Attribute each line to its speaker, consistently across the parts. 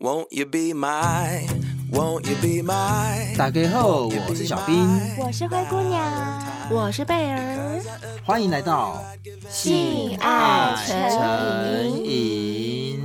Speaker 1: Won't you be my? Won't you be my?
Speaker 2: 大家好，我是小兵，
Speaker 3: 我是灰姑娘，
Speaker 2: 嗯
Speaker 3: 我是贝儿，
Speaker 2: 欢迎来到
Speaker 3: 性爱成
Speaker 2: 瘾。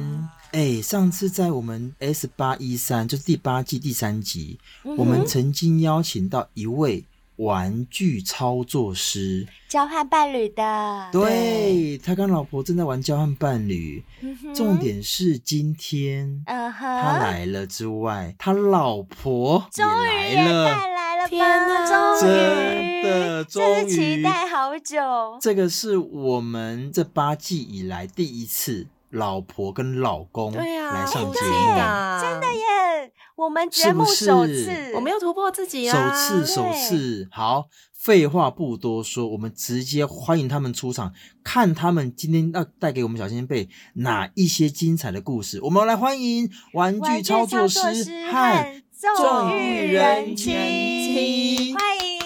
Speaker 2: 哎，上次在我们 S 八一三，就是第八季第三集，我们曾经邀请到一位玩具操作师，
Speaker 3: 交换伴侣的，
Speaker 2: 啊对他跟老婆正在玩交换伴侣。
Speaker 3: 嗯哼
Speaker 2: 重，点是今天
Speaker 3: 嗯
Speaker 2: 他
Speaker 3: 哼，
Speaker 2: 来了之外，他老婆也
Speaker 3: 终于
Speaker 2: 来
Speaker 3: 也
Speaker 2: 了
Speaker 3: 带。来了吧，
Speaker 4: 天哪
Speaker 3: 终于，
Speaker 2: 真的
Speaker 3: 这
Speaker 2: 终于
Speaker 3: 是期待好久，
Speaker 2: 这个是我们这八季以来第一次老婆跟老公
Speaker 4: 对啊，
Speaker 2: 来上
Speaker 5: 哦
Speaker 4: 夫
Speaker 2: 节
Speaker 4: 妻
Speaker 2: 目，
Speaker 4: 档真的耶！
Speaker 3: 耶，我们节目
Speaker 2: 是
Speaker 3: 首
Speaker 2: 不是
Speaker 3: 次，
Speaker 4: 我没有突破自己
Speaker 2: 首
Speaker 4: 啊，
Speaker 2: 次首次。好，废话不多说，我们直接欢迎他们出场，看他们今天要带给我们小先辈哪一些精彩的故事。我们来欢迎玩具
Speaker 3: 玩具
Speaker 2: 操作
Speaker 3: 师
Speaker 2: 师和
Speaker 3: 和
Speaker 2: 纵
Speaker 3: 纵
Speaker 2: 欲
Speaker 3: 欲
Speaker 2: 人
Speaker 3: 人
Speaker 2: 妻
Speaker 3: 妻，欢迎。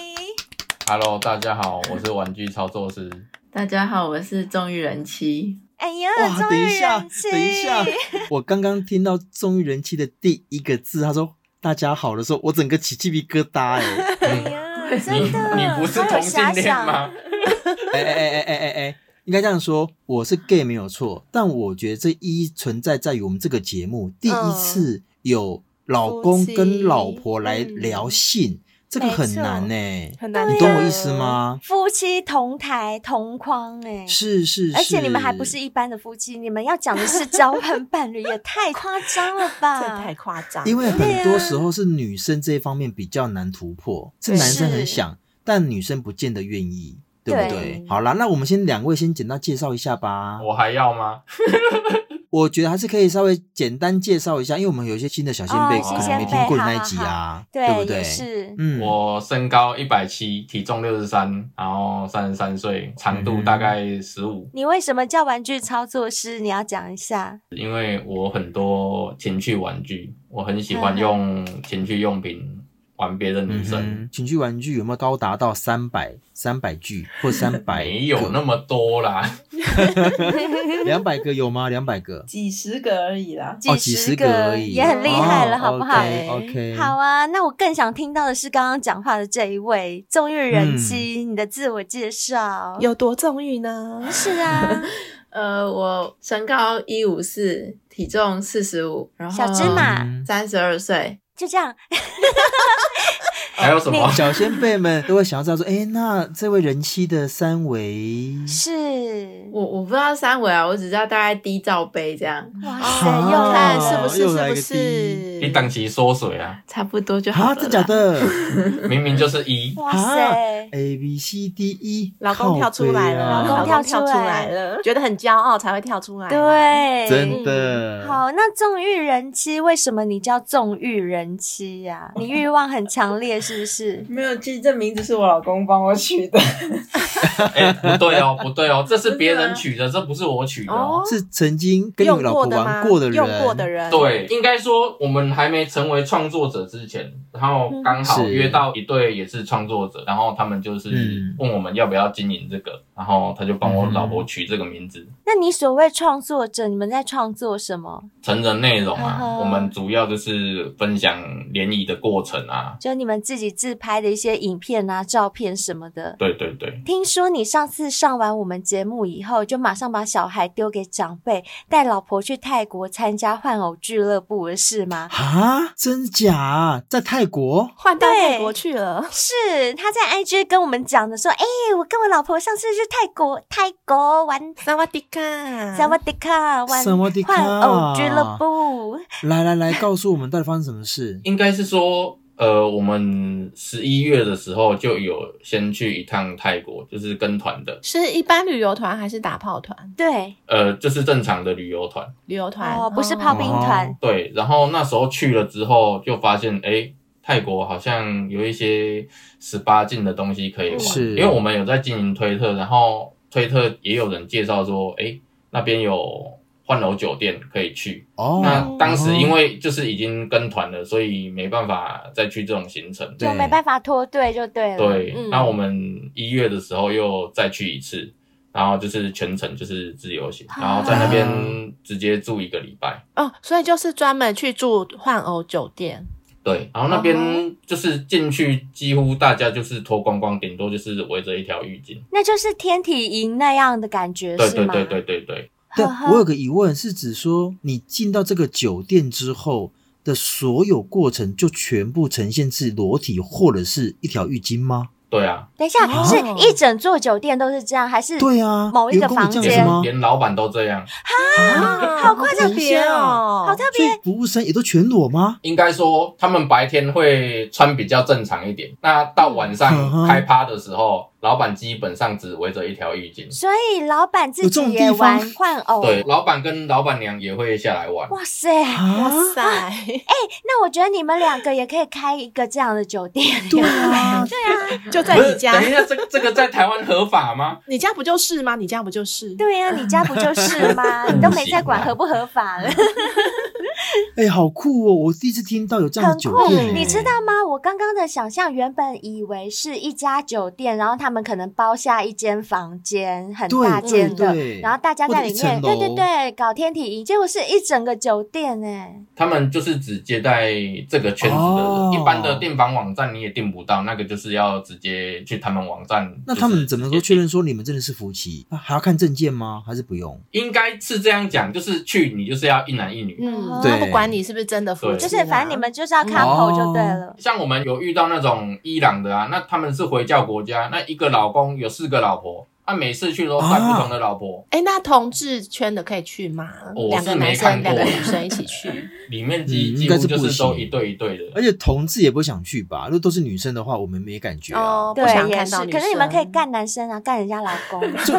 Speaker 6: Hello，大家好，我是玩具操作师。
Speaker 5: 大家好，我是纵欲人妻。
Speaker 3: 哎呀，
Speaker 2: 哇，
Speaker 3: 终
Speaker 2: 等一
Speaker 3: 于
Speaker 2: 下，
Speaker 3: 人妻！
Speaker 2: 等一 下，我刚刚听到“终于人气”的第一个字，他说“大家好”的时候，我整个起鸡皮疙瘩哎、
Speaker 3: 哎呀，
Speaker 6: 你
Speaker 3: 真的，
Speaker 6: 你不是
Speaker 3: 好有
Speaker 6: 同性
Speaker 3: 遐
Speaker 6: 恋
Speaker 3: 想？
Speaker 6: 吗？
Speaker 2: 哎哎哎哎哎哎哎，应该这样说，我是 gay 没有错，但我觉得这一存在在于我们这个节目第一次有老公跟老婆来聊性，这个很难呢、
Speaker 3: 嗯
Speaker 4: 很难，
Speaker 2: 你懂我意思？吗？
Speaker 3: 夫妻同台同框哎、
Speaker 2: 是是是，
Speaker 3: 而且你们还不是一般的夫妻，你们要讲的是交换伴 侣，也太夸张了
Speaker 4: 这
Speaker 3: 吧？
Speaker 4: 太夸
Speaker 3: 啊
Speaker 4: 张了，
Speaker 2: 因为很多时候是女生这一方面比较难突破，是男生很想，但女生不见得愿意，对不对？
Speaker 4: 对
Speaker 2: 好啦，那我们先两位先简单介绍一下吧。
Speaker 6: 我还要吗？
Speaker 2: 我觉得还是可以稍微简单介绍一下，因为我们有一些新的小先辈可
Speaker 3: 哦
Speaker 6: 新
Speaker 2: 能
Speaker 6: 鲜
Speaker 2: 没听
Speaker 3: 辈
Speaker 2: 过的
Speaker 3: 好
Speaker 2: 那一
Speaker 3: 好
Speaker 2: 集
Speaker 3: 好
Speaker 2: 啊，
Speaker 3: 对
Speaker 2: 不对
Speaker 3: 也？是。
Speaker 2: 嗯，
Speaker 6: 我身高一百七，体重六十三，然后三十三岁，长
Speaker 2: 嗯
Speaker 6: 度大概十五、
Speaker 3: 你为什么叫玩具操作师？你要讲一下。
Speaker 6: 因为我很多情趣玩具，我很喜
Speaker 3: 嗯
Speaker 6: 欢用情趣用品玩别的女
Speaker 2: 嗯
Speaker 6: 生，
Speaker 2: 哼情趣玩具有没有高达到三百三百句或三百？
Speaker 6: 没有那么多啦。
Speaker 2: 两百个有吗？两百个
Speaker 5: 几十个而已啦。
Speaker 2: 哦，几
Speaker 3: 几
Speaker 2: 十
Speaker 3: 十
Speaker 2: 个而已，
Speaker 3: 也很厉害了，
Speaker 2: 哦
Speaker 3: 好不好？
Speaker 2: ？OK，
Speaker 3: 好啊，那我更想听到的是刚刚讲话的这一位纵欲人妻，
Speaker 2: 嗯
Speaker 3: 你的自我介绍。
Speaker 4: 有多纵欲呢？
Speaker 3: 是 啊，
Speaker 5: 呃，我身高一五四，体重四十五，然后
Speaker 3: 小芝麻
Speaker 2: 嗯
Speaker 5: 三十二岁。
Speaker 3: 就这样。
Speaker 6: 还有什么？
Speaker 2: 小先辈们都会想要知道说，哎，那这位人妻的三围
Speaker 3: 是，
Speaker 5: 我我不知道三围啊，我只知道大概低罩杯这样，
Speaker 3: 哇
Speaker 2: 啊
Speaker 3: 塞，又来
Speaker 4: 哎看
Speaker 2: 哦
Speaker 4: 是不
Speaker 3: 了，
Speaker 4: 是？
Speaker 2: 又来
Speaker 4: 是
Speaker 2: 个
Speaker 4: 不
Speaker 2: 低
Speaker 4: 是？
Speaker 6: 一档期缩水啊，
Speaker 5: 差不多就好
Speaker 2: 啊，
Speaker 5: 了。？
Speaker 2: 真假？的啊
Speaker 6: 明明就 是一。
Speaker 3: 哇塞，
Speaker 2: ？A B C D E，
Speaker 4: 老公跳出来了，
Speaker 2: 啊
Speaker 3: 老公
Speaker 4: 老
Speaker 3: 跳
Speaker 4: 公跳
Speaker 3: 出
Speaker 4: 出
Speaker 3: 来
Speaker 4: 来了，觉得很骄傲才会跳出来。，
Speaker 3: 对，
Speaker 2: 真的。
Speaker 3: 嗯好，那纵欲人妻为什么你叫纵欲人妻呀、你欲望很强烈是不是
Speaker 5: 没有记，这名字是我老公帮我取的。
Speaker 6: 哎、不对哦，不对哦，这是别人取的，这不是我取的哦
Speaker 4: 哦
Speaker 2: 是曾经跟你
Speaker 4: 用
Speaker 2: 老
Speaker 4: 过
Speaker 2: 婆
Speaker 4: 的吗？
Speaker 2: 玩过的人，
Speaker 4: 用过的人，
Speaker 6: 对，呃应该说我们还没成为创作者之前，然后刚好
Speaker 2: 嗯是
Speaker 6: 约到一对也是创作者，然后他们就是
Speaker 2: 嗯
Speaker 6: 问我们要不要经营这个，然后他就帮我老婆取这个名
Speaker 2: 嗯
Speaker 6: 字。
Speaker 3: 那你所谓创作者，你们在创作什么？
Speaker 6: 成人内容啊，
Speaker 3: 嗯哼
Speaker 6: 我们主要就是分享联谊的过程啊。
Speaker 3: 就你们自己自拍的一些影片啊、照片什么的。
Speaker 6: 对对对，？
Speaker 3: 听说你上次上完我们节目以后，就马上把小孩丢给长辈，带老婆去泰国参加换偶俱乐部了，是吗？
Speaker 2: 啊，真假啊？在泰国？
Speaker 4: 换到
Speaker 3: 对
Speaker 4: 泰国去了。
Speaker 3: 是他在 IG 跟我们讲的，说：“哎、我跟我老婆上次去泰国，泰国玩
Speaker 4: 萨瓦迪卡，
Speaker 3: 萨瓦迪卡玩
Speaker 2: 萨瓦迪卡
Speaker 3: 换偶俱乐部，
Speaker 2: 来来来，告诉我们到底发生什么事
Speaker 6: 应该是说。呃，我们十一月的时候就有先去一趟泰国，就是跟团的，
Speaker 4: 是一般旅游团还是打炮
Speaker 3: 哦
Speaker 4: 团？
Speaker 3: 对
Speaker 6: 呃，就是正常的旅游团。
Speaker 4: 旅游团
Speaker 3: 哦，不是炮兵团，
Speaker 6: 对，然后那时候去了之后，就发现哎，诶泰国好像有一些十八禁的东西可以玩，
Speaker 2: 是
Speaker 6: 因为我们有在经营推特，然后推特也有人介绍说，哎，那边有换楼酒店可以去。
Speaker 2: 哦，
Speaker 6: 那当时因为就是已经跟团了，所以没办法再去这种行程。
Speaker 2: 对
Speaker 3: 就没办法脱队就对了。
Speaker 6: 对，
Speaker 4: 嗯
Speaker 6: 那我们一月的时候又再去一次，然后就是全程就是自由行，然后在那边
Speaker 2: 啊
Speaker 6: 直接住一个礼拜。
Speaker 4: 哦，所以就是专门去住换偶酒店，
Speaker 6: 对，然后那边就是进去几乎大家就是脱光光，顶多就是围着一条浴巾。
Speaker 3: 那就是天体营那样的感觉，
Speaker 6: 对
Speaker 3: 是
Speaker 6: 对
Speaker 3: 吗？
Speaker 6: 对对对对，
Speaker 2: 但我有个疑问是指说，你进到这个酒店之后的所有过程，就全部呈现是裸体或者是一条浴巾吗？
Speaker 6: 对啊，
Speaker 3: 等一下，
Speaker 4: 哦
Speaker 3: 是一整座酒店都是这样，还是
Speaker 2: 对啊，
Speaker 3: 某一个
Speaker 2: 员工有
Speaker 3: 房
Speaker 2: 这
Speaker 3: 间
Speaker 2: 样子吗？
Speaker 6: 连连老板都这样。
Speaker 4: 啊
Speaker 3: 好快
Speaker 4: 特别哦，
Speaker 3: 好特
Speaker 2: 啊所
Speaker 3: 别
Speaker 2: 以服务生也都全裸吗？
Speaker 6: 应该说，他们白天会穿比较正常一点，那到晚
Speaker 2: 嗯
Speaker 6: 上开趴的时候，老板基本上只围着一条浴巾。
Speaker 3: 所以老板自
Speaker 2: 有这
Speaker 3: 己
Speaker 2: 种
Speaker 3: 也
Speaker 2: 地方
Speaker 3: 玩换偶。
Speaker 6: 对，老板跟老板娘也会下来玩。
Speaker 3: 哇塞！
Speaker 2: 啊，
Speaker 4: 哇塞，
Speaker 3: 那我觉得你们两个也可以开一个这样的酒店。
Speaker 2: 对啊，
Speaker 4: 就在
Speaker 6: 不
Speaker 4: 你
Speaker 6: 是，
Speaker 4: 家
Speaker 6: 等一，下，这这个在台湾合法吗？
Speaker 4: 你家不就是吗？你家不就是？
Speaker 3: 对呀、你家不就是吗？你都没在管
Speaker 6: 不行啊
Speaker 3: 合不合法了，
Speaker 2: 哎、好酷哦！我第一次听到有这样的
Speaker 3: 很
Speaker 2: 酒
Speaker 3: 酷
Speaker 2: 店、欸，，
Speaker 3: 你知道吗？我刚刚的想象原本以为是一家酒店，然后他们可能包下一间房间，很
Speaker 2: 对
Speaker 3: 大间的，
Speaker 2: 对对
Speaker 3: 然后大家在里
Speaker 2: 或者一
Speaker 3: 面，对
Speaker 2: 层
Speaker 3: 对
Speaker 2: 楼
Speaker 3: 对，搞天体营，结果是一整个酒店哎、
Speaker 6: 他们就是只接待这个圈子的人，
Speaker 2: 哦
Speaker 6: 一般的订房网站你也订不到，那个就是要直接去他们网站。
Speaker 2: 那他们怎么能够确
Speaker 6: 认？
Speaker 2: 认说你们真的是夫妻？那还要看证件吗？还是不用？
Speaker 6: 应该是这样讲，就是去你就是要一男一女。
Speaker 4: 嗯，
Speaker 2: 对
Speaker 4: 他不管你是不是真的夫妻啊
Speaker 6: 对
Speaker 3: 就
Speaker 4: 啦，
Speaker 3: 是反正你们就是要 couple
Speaker 2: 哦
Speaker 3: 就对了。
Speaker 6: 像我们有遇到那种伊朗的啊，那他们是回教国家，那一个老公有四个老婆，那、每次去都换
Speaker 2: 啊
Speaker 6: 不同的老婆，
Speaker 4: 哎，那同志圈的可以去吗？
Speaker 6: 哦我
Speaker 4: 两个
Speaker 6: 是没
Speaker 4: 男
Speaker 6: 看
Speaker 4: 生，两个
Speaker 6: 过
Speaker 4: 女生一起 去，
Speaker 6: 里面
Speaker 2: 嗯
Speaker 6: 几
Speaker 2: 应
Speaker 6: 几
Speaker 2: 该
Speaker 6: 乎
Speaker 2: 是
Speaker 6: 就是
Speaker 2: 不
Speaker 6: 都
Speaker 2: 行
Speaker 6: 一对一对
Speaker 2: 而
Speaker 6: 的。
Speaker 2: 且同志也不想去吧？如果都是女生的话，我们没感觉啊。
Speaker 4: 哦不
Speaker 3: 对，
Speaker 4: 想
Speaker 3: 也
Speaker 4: 看
Speaker 3: 是
Speaker 4: 到。女
Speaker 3: 可是你们
Speaker 4: 生
Speaker 3: 可以干男生啊，干人家老公，
Speaker 2: 就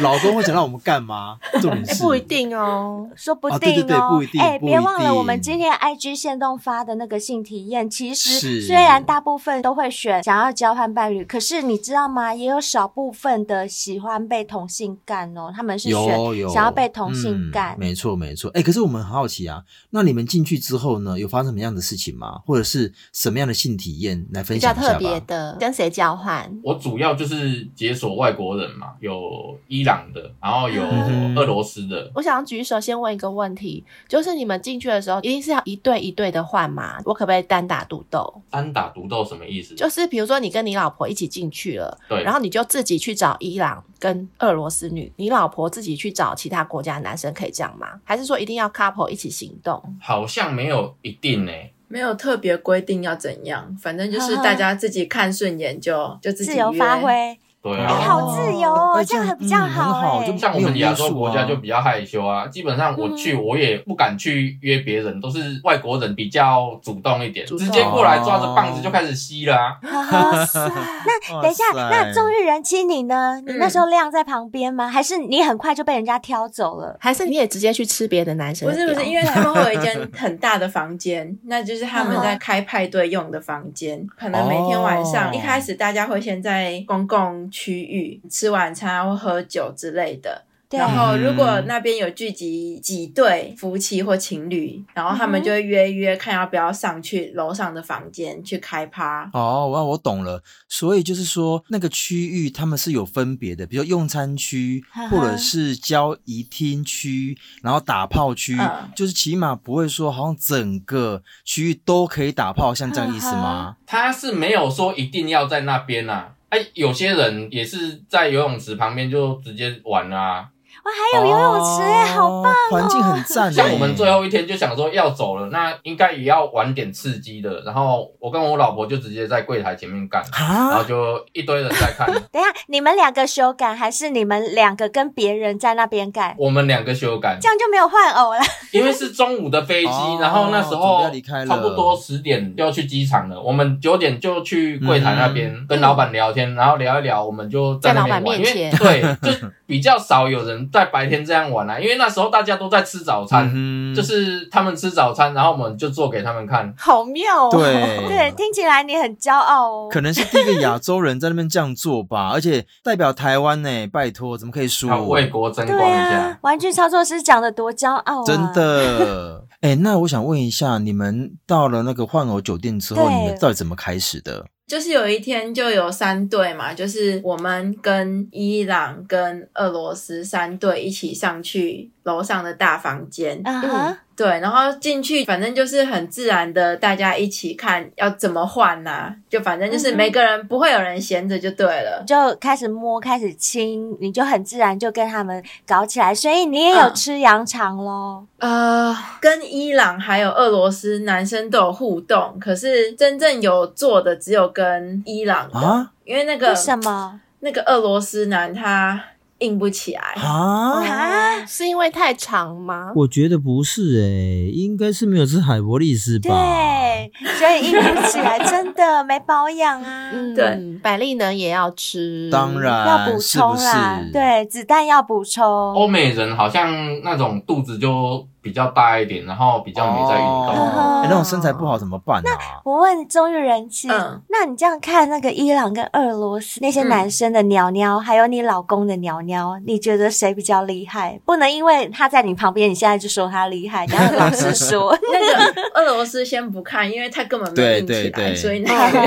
Speaker 2: 老公会想让我们干嘛？重点
Speaker 4: 哎，
Speaker 2: 是
Speaker 4: 不一定哦。
Speaker 3: 说不
Speaker 2: 啊对
Speaker 3: 定
Speaker 2: 对对
Speaker 3: 哦
Speaker 2: 不一。定
Speaker 3: 哎、
Speaker 2: 不
Speaker 3: 别
Speaker 2: 一
Speaker 3: 忘了我们
Speaker 2: 定
Speaker 3: 今天 IG 线动发的那个性体验，其实
Speaker 2: 是
Speaker 3: 虽然大部分都会选想要交换伴侣，可是你知道吗？也有少部分的喜欢被同性干哦，他们是
Speaker 2: 有
Speaker 3: 选
Speaker 2: 有
Speaker 3: 想要被同性干。
Speaker 2: 嗯没错没错。哎、可是我们很好奇啊，那你们进去之后呢，有发生什么样的事情吗？或者是什么样的性体验来分
Speaker 4: 比较
Speaker 2: 享一
Speaker 4: 特
Speaker 2: 下
Speaker 4: 别
Speaker 2: 吧？
Speaker 4: 的，跟谁交换？
Speaker 6: 我主要就是解锁外国人嘛，有伊朗的，然后有
Speaker 2: 嗯
Speaker 6: 俄罗斯的，
Speaker 4: 我想举手先问一个问题，就是你们进去的时候一定是要一对一对的换吗？我可不可以单打独斗？
Speaker 6: 单打独斗什么意思？
Speaker 4: 就是比如说你跟你老婆一起进去了，
Speaker 6: 对，
Speaker 4: 然后你就自己去找伊朗跟俄罗斯女，你老婆自己去找其他国家男生，可以这样吗？还是说一定要 couple 一起行动？
Speaker 6: 好像没有一定欸呢、
Speaker 5: 没有特别规定要怎样，反正就是大家自己看顺眼就就自
Speaker 3: 嗯
Speaker 5: 己
Speaker 3: 自由发
Speaker 5: 约。
Speaker 3: 挥，
Speaker 6: 对
Speaker 3: 哎、
Speaker 6: 啊。
Speaker 3: 好自由哦，
Speaker 2: 哎
Speaker 3: 这样还
Speaker 2: 这样
Speaker 3: 比较
Speaker 2: 嗯很好
Speaker 3: 哎、
Speaker 2: 就
Speaker 6: 像我们亚洲国家
Speaker 2: 没有约束啊
Speaker 6: 就比较害羞啊，基本上我去我也不敢去约别人，都是外国人比较主动一点，
Speaker 4: 主
Speaker 6: 直
Speaker 4: 动
Speaker 6: 接过来抓着棒子就开始吸了啊。
Speaker 3: 呵 呵那等一下，
Speaker 2: 哇塞
Speaker 3: 那中日人妻你呢？你那
Speaker 5: 嗯
Speaker 3: 时候晾在旁边吗？还是你很快就被人家挑走了？
Speaker 4: 还是你也直接去吃别的男生
Speaker 5: 不
Speaker 4: 的
Speaker 5: 是
Speaker 4: 屌？
Speaker 5: 不是，因为他们会有一 间很大的房间，那就是他们
Speaker 3: 嗯
Speaker 5: 在开派对用的房间。可能每天晚上、
Speaker 2: 哦
Speaker 5: 一开始大家会先在公共区域吃晚餐啊或喝酒之类的。
Speaker 3: 对，
Speaker 5: 然后如果
Speaker 2: 嗯
Speaker 5: 那边有聚集几对夫妻或情侣，然后他
Speaker 3: 嗯
Speaker 5: 们就会约一约看要不要上去楼上的房间去开趴。
Speaker 2: 哦，哇，我懂了。所以就是说，那个区域他们是有分别的，比如用餐区
Speaker 3: 哈哈，
Speaker 2: 或者是交易厅区，然后打炮区，
Speaker 5: 嗯
Speaker 2: 就是起码不会说好像整个区域都可以打炮，像这样意思吗？
Speaker 6: 他是没有说一定要在那边啊。哎、有些人也是在游泳池旁边就直接玩啊啦、
Speaker 3: 哇，还有游泳
Speaker 2: 哦
Speaker 3: 池哎、好棒！
Speaker 2: 棒、环境很赞、欸。
Speaker 6: 像我们最后一天就想说要走了，那应该也要玩点刺激的。然后我跟我老婆就直接在柜台前面干，然后
Speaker 2: 啊，
Speaker 6: 就一堆人在看，
Speaker 3: 等一下，你们两个修改，还是你们两个跟别人在那边干？
Speaker 6: 我们两个修改
Speaker 3: 这，样就没有换偶了。
Speaker 6: 因为是中午的飞机，
Speaker 2: 哦
Speaker 6: 然后那时
Speaker 2: 准备
Speaker 6: 候
Speaker 2: 要离开了
Speaker 6: 差不多十点就要去机场了。我们九点就去柜台那
Speaker 2: 嗯
Speaker 6: 边、跟老板聊天，然后聊一聊，我们就在那边玩，
Speaker 4: 在老板面前
Speaker 6: 因为对，就比较少有人在白天这样玩啦、啊因为那时候大家都在吃早餐。
Speaker 2: 嗯哼
Speaker 6: 就是他们吃早餐，然后我们就做给他们看。
Speaker 4: 好妙哦！
Speaker 2: 对啊
Speaker 3: 对，听起来你很骄傲哦。
Speaker 2: 可能是第一个亚洲人在那边这样做 吧，而且代表台湾呢、拜托，怎么可以输？
Speaker 6: 要为国争光
Speaker 3: 对
Speaker 6: 一
Speaker 3: 啊
Speaker 6: 下，，
Speaker 3: 玩具操作师讲的多骄傲啊！
Speaker 2: 真。 的。哎、那我想问一下，你们到了那个换偶酒店之后，
Speaker 3: 对
Speaker 2: 你们到底怎么开始的？
Speaker 5: 就是有一天就有三队嘛，就是我们跟伊朗跟俄罗斯三队一起上去楼上的大房间，嗯
Speaker 3: 啊哈，
Speaker 5: 对，然后进去反正就是很自然的，大家一起看要怎么换呐、就反正就
Speaker 3: 嗯
Speaker 5: 是
Speaker 3: 哼啊
Speaker 5: 每个人不会有人闲着就对了。
Speaker 3: 就开始摸，开始亲，你就很自然就跟他们搞起来，所以你也有
Speaker 5: 嗯
Speaker 3: 吃羊肠喽。
Speaker 5: 呃，跟伊朗还有俄罗斯男生都有互动，可是真正有做的只有跟伊朗的，
Speaker 2: 啊
Speaker 5: 因为那个
Speaker 3: 为什么
Speaker 5: 那个俄罗斯男他硬不起来。
Speaker 2: 啊，
Speaker 3: 啊？
Speaker 4: 是因为太长吗？
Speaker 2: 我觉得不是哎、应该是没有吃海博利斯吧？
Speaker 3: 对，所以硬不起来，真的没保养啊。
Speaker 4: 嗯，
Speaker 5: 对，
Speaker 4: 百利能也要吃，
Speaker 2: 当然
Speaker 3: 要补充啦，
Speaker 2: 啊是不是
Speaker 3: 对，子弹要补
Speaker 6: 欧
Speaker 3: 充。
Speaker 6: 美人好像那种肚子就比较大一点，然后比较没在运动。
Speaker 2: 哦哎那种身材不好怎么办啊？
Speaker 3: 我问中日人妻，
Speaker 5: 嗯
Speaker 3: 那你这样看那个伊朗跟俄罗斯那些
Speaker 5: 嗯
Speaker 3: 男生的鸟鸟，还有你老公的鸟鸟，你觉得谁比较厉害？不能因为他在你旁边，你现在就说他厉 害，然后老师说
Speaker 5: 那个俄罗斯先不看，因为他根本没
Speaker 2: 对
Speaker 5: 硬起
Speaker 2: 对
Speaker 5: 来，
Speaker 2: 对
Speaker 5: 所以那个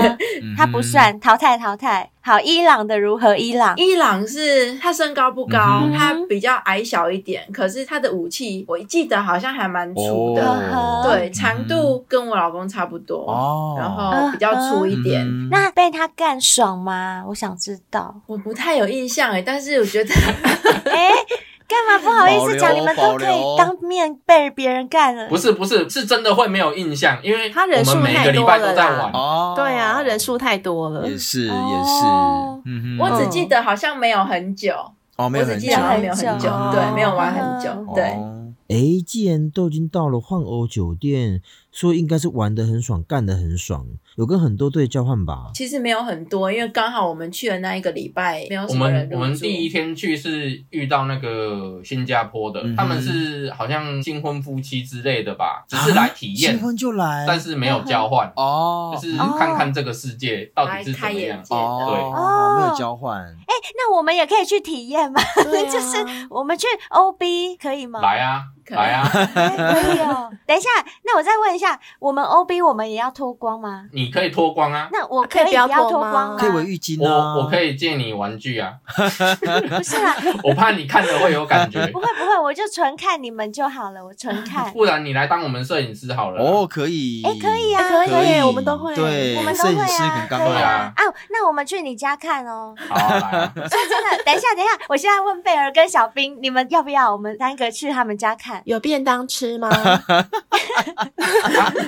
Speaker 3: 嗯他不算淘汰淘汰。好，伊朗的如何？伊朗
Speaker 5: 伊朗是他身高不高，
Speaker 6: 嗯
Speaker 3: 哼
Speaker 5: 他比较矮小一点，可是他的武器我记得好像还蛮粗的，
Speaker 3: 哦
Speaker 5: 对，
Speaker 2: 嗯
Speaker 5: 长度跟我老公差不多，
Speaker 2: 哦，
Speaker 5: 然后比较粗一点。
Speaker 2: 嗯
Speaker 3: 那被他干爽吗？我想知道。
Speaker 5: 我不太有印象哎，但是我觉得
Speaker 3: 哎、干嘛不好意
Speaker 2: 保
Speaker 3: 思
Speaker 2: 留
Speaker 3: 讲？你们都
Speaker 2: 保
Speaker 3: 可
Speaker 2: 留
Speaker 3: 以当面被别人干了。
Speaker 6: 不是不是，是真的会没有印象，因为
Speaker 4: 他人数
Speaker 6: 我们每
Speaker 4: 太
Speaker 6: 个
Speaker 4: 多
Speaker 6: 礼拜都在
Speaker 4: 了啦
Speaker 6: 玩。
Speaker 2: 哦，
Speaker 4: 对啊，他人数太多了，
Speaker 2: 也是也是
Speaker 3: 哦，
Speaker 2: 嗯哼，
Speaker 5: 我只记得好像没有很久，
Speaker 2: 哦没
Speaker 5: 我
Speaker 2: 有
Speaker 5: 只
Speaker 2: 很
Speaker 5: 记
Speaker 2: 久
Speaker 5: 得好像没有很
Speaker 3: 很
Speaker 5: 久，
Speaker 3: 久
Speaker 5: 对，没有玩很久，
Speaker 3: 哦
Speaker 5: 对。
Speaker 2: 哦诶，既然都已经到了换欧酒店，说应该是玩的很爽，干的很爽，有跟很多队交换吧？
Speaker 5: 其实没有很多，因为刚好我们去的那一个礼拜没有
Speaker 6: 我
Speaker 5: 什么
Speaker 6: 们
Speaker 5: 人入
Speaker 6: 我
Speaker 5: 住。
Speaker 6: 们第一天去是遇到那个新加坡的，
Speaker 2: 嗯哼啊
Speaker 6: 他们是好像新婚夫妻之类的吧，只是来体验，
Speaker 2: 新婚就来，
Speaker 6: 但是没有交换，
Speaker 2: 哦，
Speaker 6: 就是看看这个世界到底是怎
Speaker 5: 来
Speaker 6: 么样
Speaker 5: 开眼。界
Speaker 2: 哦，
Speaker 3: 对
Speaker 2: 没有交换，
Speaker 3: 那我们也可以去体验嘛，
Speaker 4: 对 啊
Speaker 3: 就是我们去 OB 可以吗？
Speaker 6: 来啊，
Speaker 5: 可以
Speaker 6: 来啊！
Speaker 3: 哎可以 哦。等一下，那我再问一下，我们 OB 我们也要脱光吗？
Speaker 6: 你可以脱光 啊，
Speaker 3: 那我
Speaker 4: 可以
Speaker 3: 以
Speaker 4: 不
Speaker 3: 不
Speaker 4: 要
Speaker 3: 要
Speaker 4: 脱
Speaker 3: 脱
Speaker 4: 吗
Speaker 3: 光吗？
Speaker 2: 可以 围浴巾
Speaker 6: 我
Speaker 2: 啊，
Speaker 6: 我可
Speaker 2: 以，
Speaker 6: 以借你玩具啊，
Speaker 3: 不是啦，
Speaker 6: 我怕你看了会有感觉
Speaker 3: 不，会不会，我就纯看你们就好了，我纯看。
Speaker 6: 不然你来当我们摄影师好了。
Speaker 2: 哦，，可以，
Speaker 3: 哎可以啊
Speaker 4: 哎可以
Speaker 2: 可以，
Speaker 4: 我们都 会
Speaker 2: 对，
Speaker 3: 我们都
Speaker 2: 摄
Speaker 3: 会
Speaker 2: 影
Speaker 3: 啊，
Speaker 2: 师很刚
Speaker 3: 对
Speaker 6: 对
Speaker 2: 好，
Speaker 6: 啊
Speaker 3: 啊，啊，那我们去你家看哦。
Speaker 6: 好啊，来啊，
Speaker 3: 说真的，等一下，等一下，我现在问贝儿跟小兵，你们要不要我们三个去他们家看？
Speaker 4: 有便当吃 吗？
Speaker 6: 啊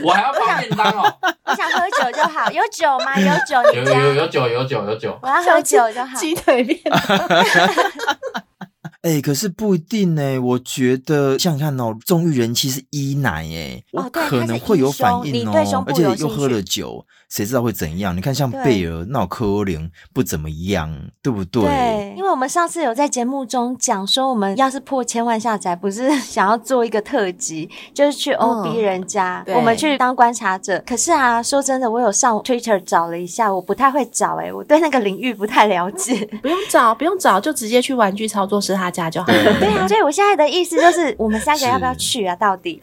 Speaker 6: 我还要包便当哦，
Speaker 3: 我想喝酒就好，有酒吗？有酒，
Speaker 6: 有
Speaker 3: 你
Speaker 6: 有有有
Speaker 3: 家。
Speaker 6: 酒有酒有酒，
Speaker 3: 我要喝酒就好。
Speaker 4: 鸡腿便当，
Speaker 2: 哎、可是不一定呢、我觉得想想看哦，纵欲人妻是一奶哎、
Speaker 3: 哦
Speaker 2: 我
Speaker 3: 对
Speaker 2: 可
Speaker 3: 他
Speaker 2: 能
Speaker 3: 是
Speaker 2: 会
Speaker 3: 一
Speaker 2: 有
Speaker 3: 胸
Speaker 2: 反
Speaker 3: 你
Speaker 2: 应
Speaker 3: 对
Speaker 2: 哦
Speaker 3: 胸，部
Speaker 2: 而且
Speaker 3: 有
Speaker 2: 又
Speaker 3: 兴
Speaker 2: 喝
Speaker 3: 趣
Speaker 2: 了酒，谁知道会怎样？你看像
Speaker 3: 对
Speaker 2: 贝尔、闹科林不怎么样，对不对？
Speaker 3: 因为我们上次有在节目中讲说，我们要是破千万下载，不是 想要做一个特辑，就是去
Speaker 4: 嗯
Speaker 3: OB 人家，
Speaker 4: 对
Speaker 3: 我们去当观察者。可是啊，说真的，我有上 Twitter 找了一下，我不太会找、欸，我对那个领域不太了解。
Speaker 4: 不用找，不用找，就直接去玩具操作师他家就好了。
Speaker 3: 对啊，所以我现在的意思就是，我们三个要不要
Speaker 2: 是
Speaker 3: 去啊？到底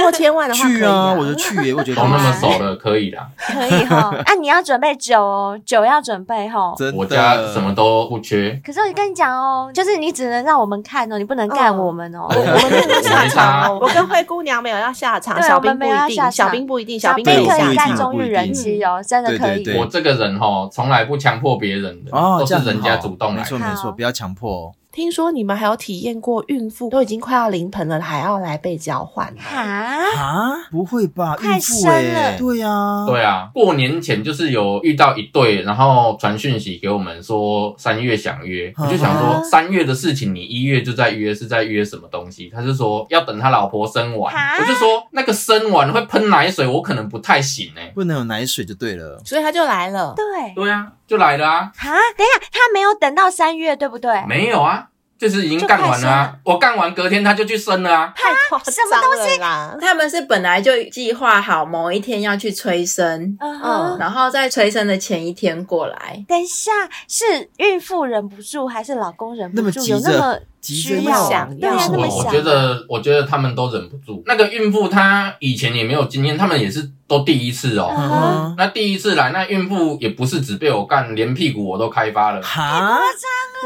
Speaker 4: 破千万的话可以
Speaker 2: 去啊，我就去耶、我觉得
Speaker 6: 哦都那么熟了，可以啦。
Speaker 3: 可以哈？啊，你要准备酒哦，酒要准备哈。
Speaker 2: 真的，
Speaker 6: 我家什么都不缺，
Speaker 3: 可是我跟你讲哦，就是你只能让我们看哦，你不能干我们 哦。
Speaker 4: 我我们没有下场哦，
Speaker 6: 我没差
Speaker 4: 我跟灰姑娘没有要下场，
Speaker 3: 对
Speaker 4: 小兵
Speaker 3: 我们
Speaker 4: 不
Speaker 3: 没有要
Speaker 4: 一
Speaker 3: 下
Speaker 4: 定，
Speaker 3: 场
Speaker 4: 小兵不一定，
Speaker 3: 小
Speaker 4: 兵
Speaker 3: 兵
Speaker 4: 没
Speaker 2: 对
Speaker 4: 有
Speaker 3: 可
Speaker 2: 我
Speaker 4: 下
Speaker 3: 以
Speaker 2: 也
Speaker 3: 干
Speaker 2: 听
Speaker 3: 中
Speaker 2: 不
Speaker 3: 日
Speaker 2: 一
Speaker 3: 人
Speaker 2: 定
Speaker 3: 妻哦，真的
Speaker 2: 对
Speaker 3: 可
Speaker 2: 对
Speaker 3: 以。
Speaker 2: 对
Speaker 6: 我这个人吼，从来不强迫别人的，
Speaker 2: 哦，
Speaker 6: 都
Speaker 2: 这
Speaker 6: 是
Speaker 2: 样很
Speaker 6: 人家
Speaker 2: 好
Speaker 6: 主动来
Speaker 2: 没。错没错，
Speaker 3: 好
Speaker 2: 不要强迫哦。
Speaker 4: 听说你们还有体验过孕妇都已经快要临盆了，还要来被交换。
Speaker 3: 哈，
Speaker 2: 啊，不会吧？
Speaker 3: 快
Speaker 2: 孕妇
Speaker 3: 生
Speaker 2: 哎、
Speaker 3: 了
Speaker 2: 对呀、啊，
Speaker 6: 对啊，过年前就是有遇到一对，然后传讯息给我们说三月想约，我就想
Speaker 3: 啊
Speaker 6: 说三月的事情你一月就在约，是在约什么东西？他就说要等他老婆生完
Speaker 3: 啊，
Speaker 6: 我就说那个生完会喷奶水，我可能不太行哎、
Speaker 2: 不能有奶水就对了。
Speaker 4: 所以他就来了，
Speaker 3: 对。
Speaker 6: 对啊，就来了啊，
Speaker 3: 哈，等一下，他没有等到三月，对不对？
Speaker 6: 没有啊，就是已经干完了、啊，我干完隔天他就去生了啊。
Speaker 4: 太夸
Speaker 3: 什么
Speaker 4: 张了啦！
Speaker 5: 他们是本来就计划好某一天要去催生，
Speaker 3: 嗯
Speaker 4: 嗯
Speaker 3: 哼。
Speaker 5: 然后在催生的前一天过来。
Speaker 3: 等一下，是孕妇忍不住还是老公忍
Speaker 2: 那
Speaker 3: 不
Speaker 2: 么
Speaker 3: 住？
Speaker 2: 急
Speaker 3: 有那
Speaker 2: 着
Speaker 3: 么
Speaker 2: 急
Speaker 3: 需
Speaker 2: 着
Speaker 3: 要
Speaker 2: 要
Speaker 4: 想
Speaker 3: 对啊
Speaker 4: 要
Speaker 3: 那
Speaker 6: 我
Speaker 3: 么
Speaker 6: 我
Speaker 3: 想
Speaker 6: 觉得，我觉得他们都忍不住。那个孕妇她以前也没有经验，他们也是都第一次哦。
Speaker 3: 嗯
Speaker 2: 啊
Speaker 6: 那第一次来，那孕妇也不是只被我干，连屁股我都开发了，
Speaker 2: 哈，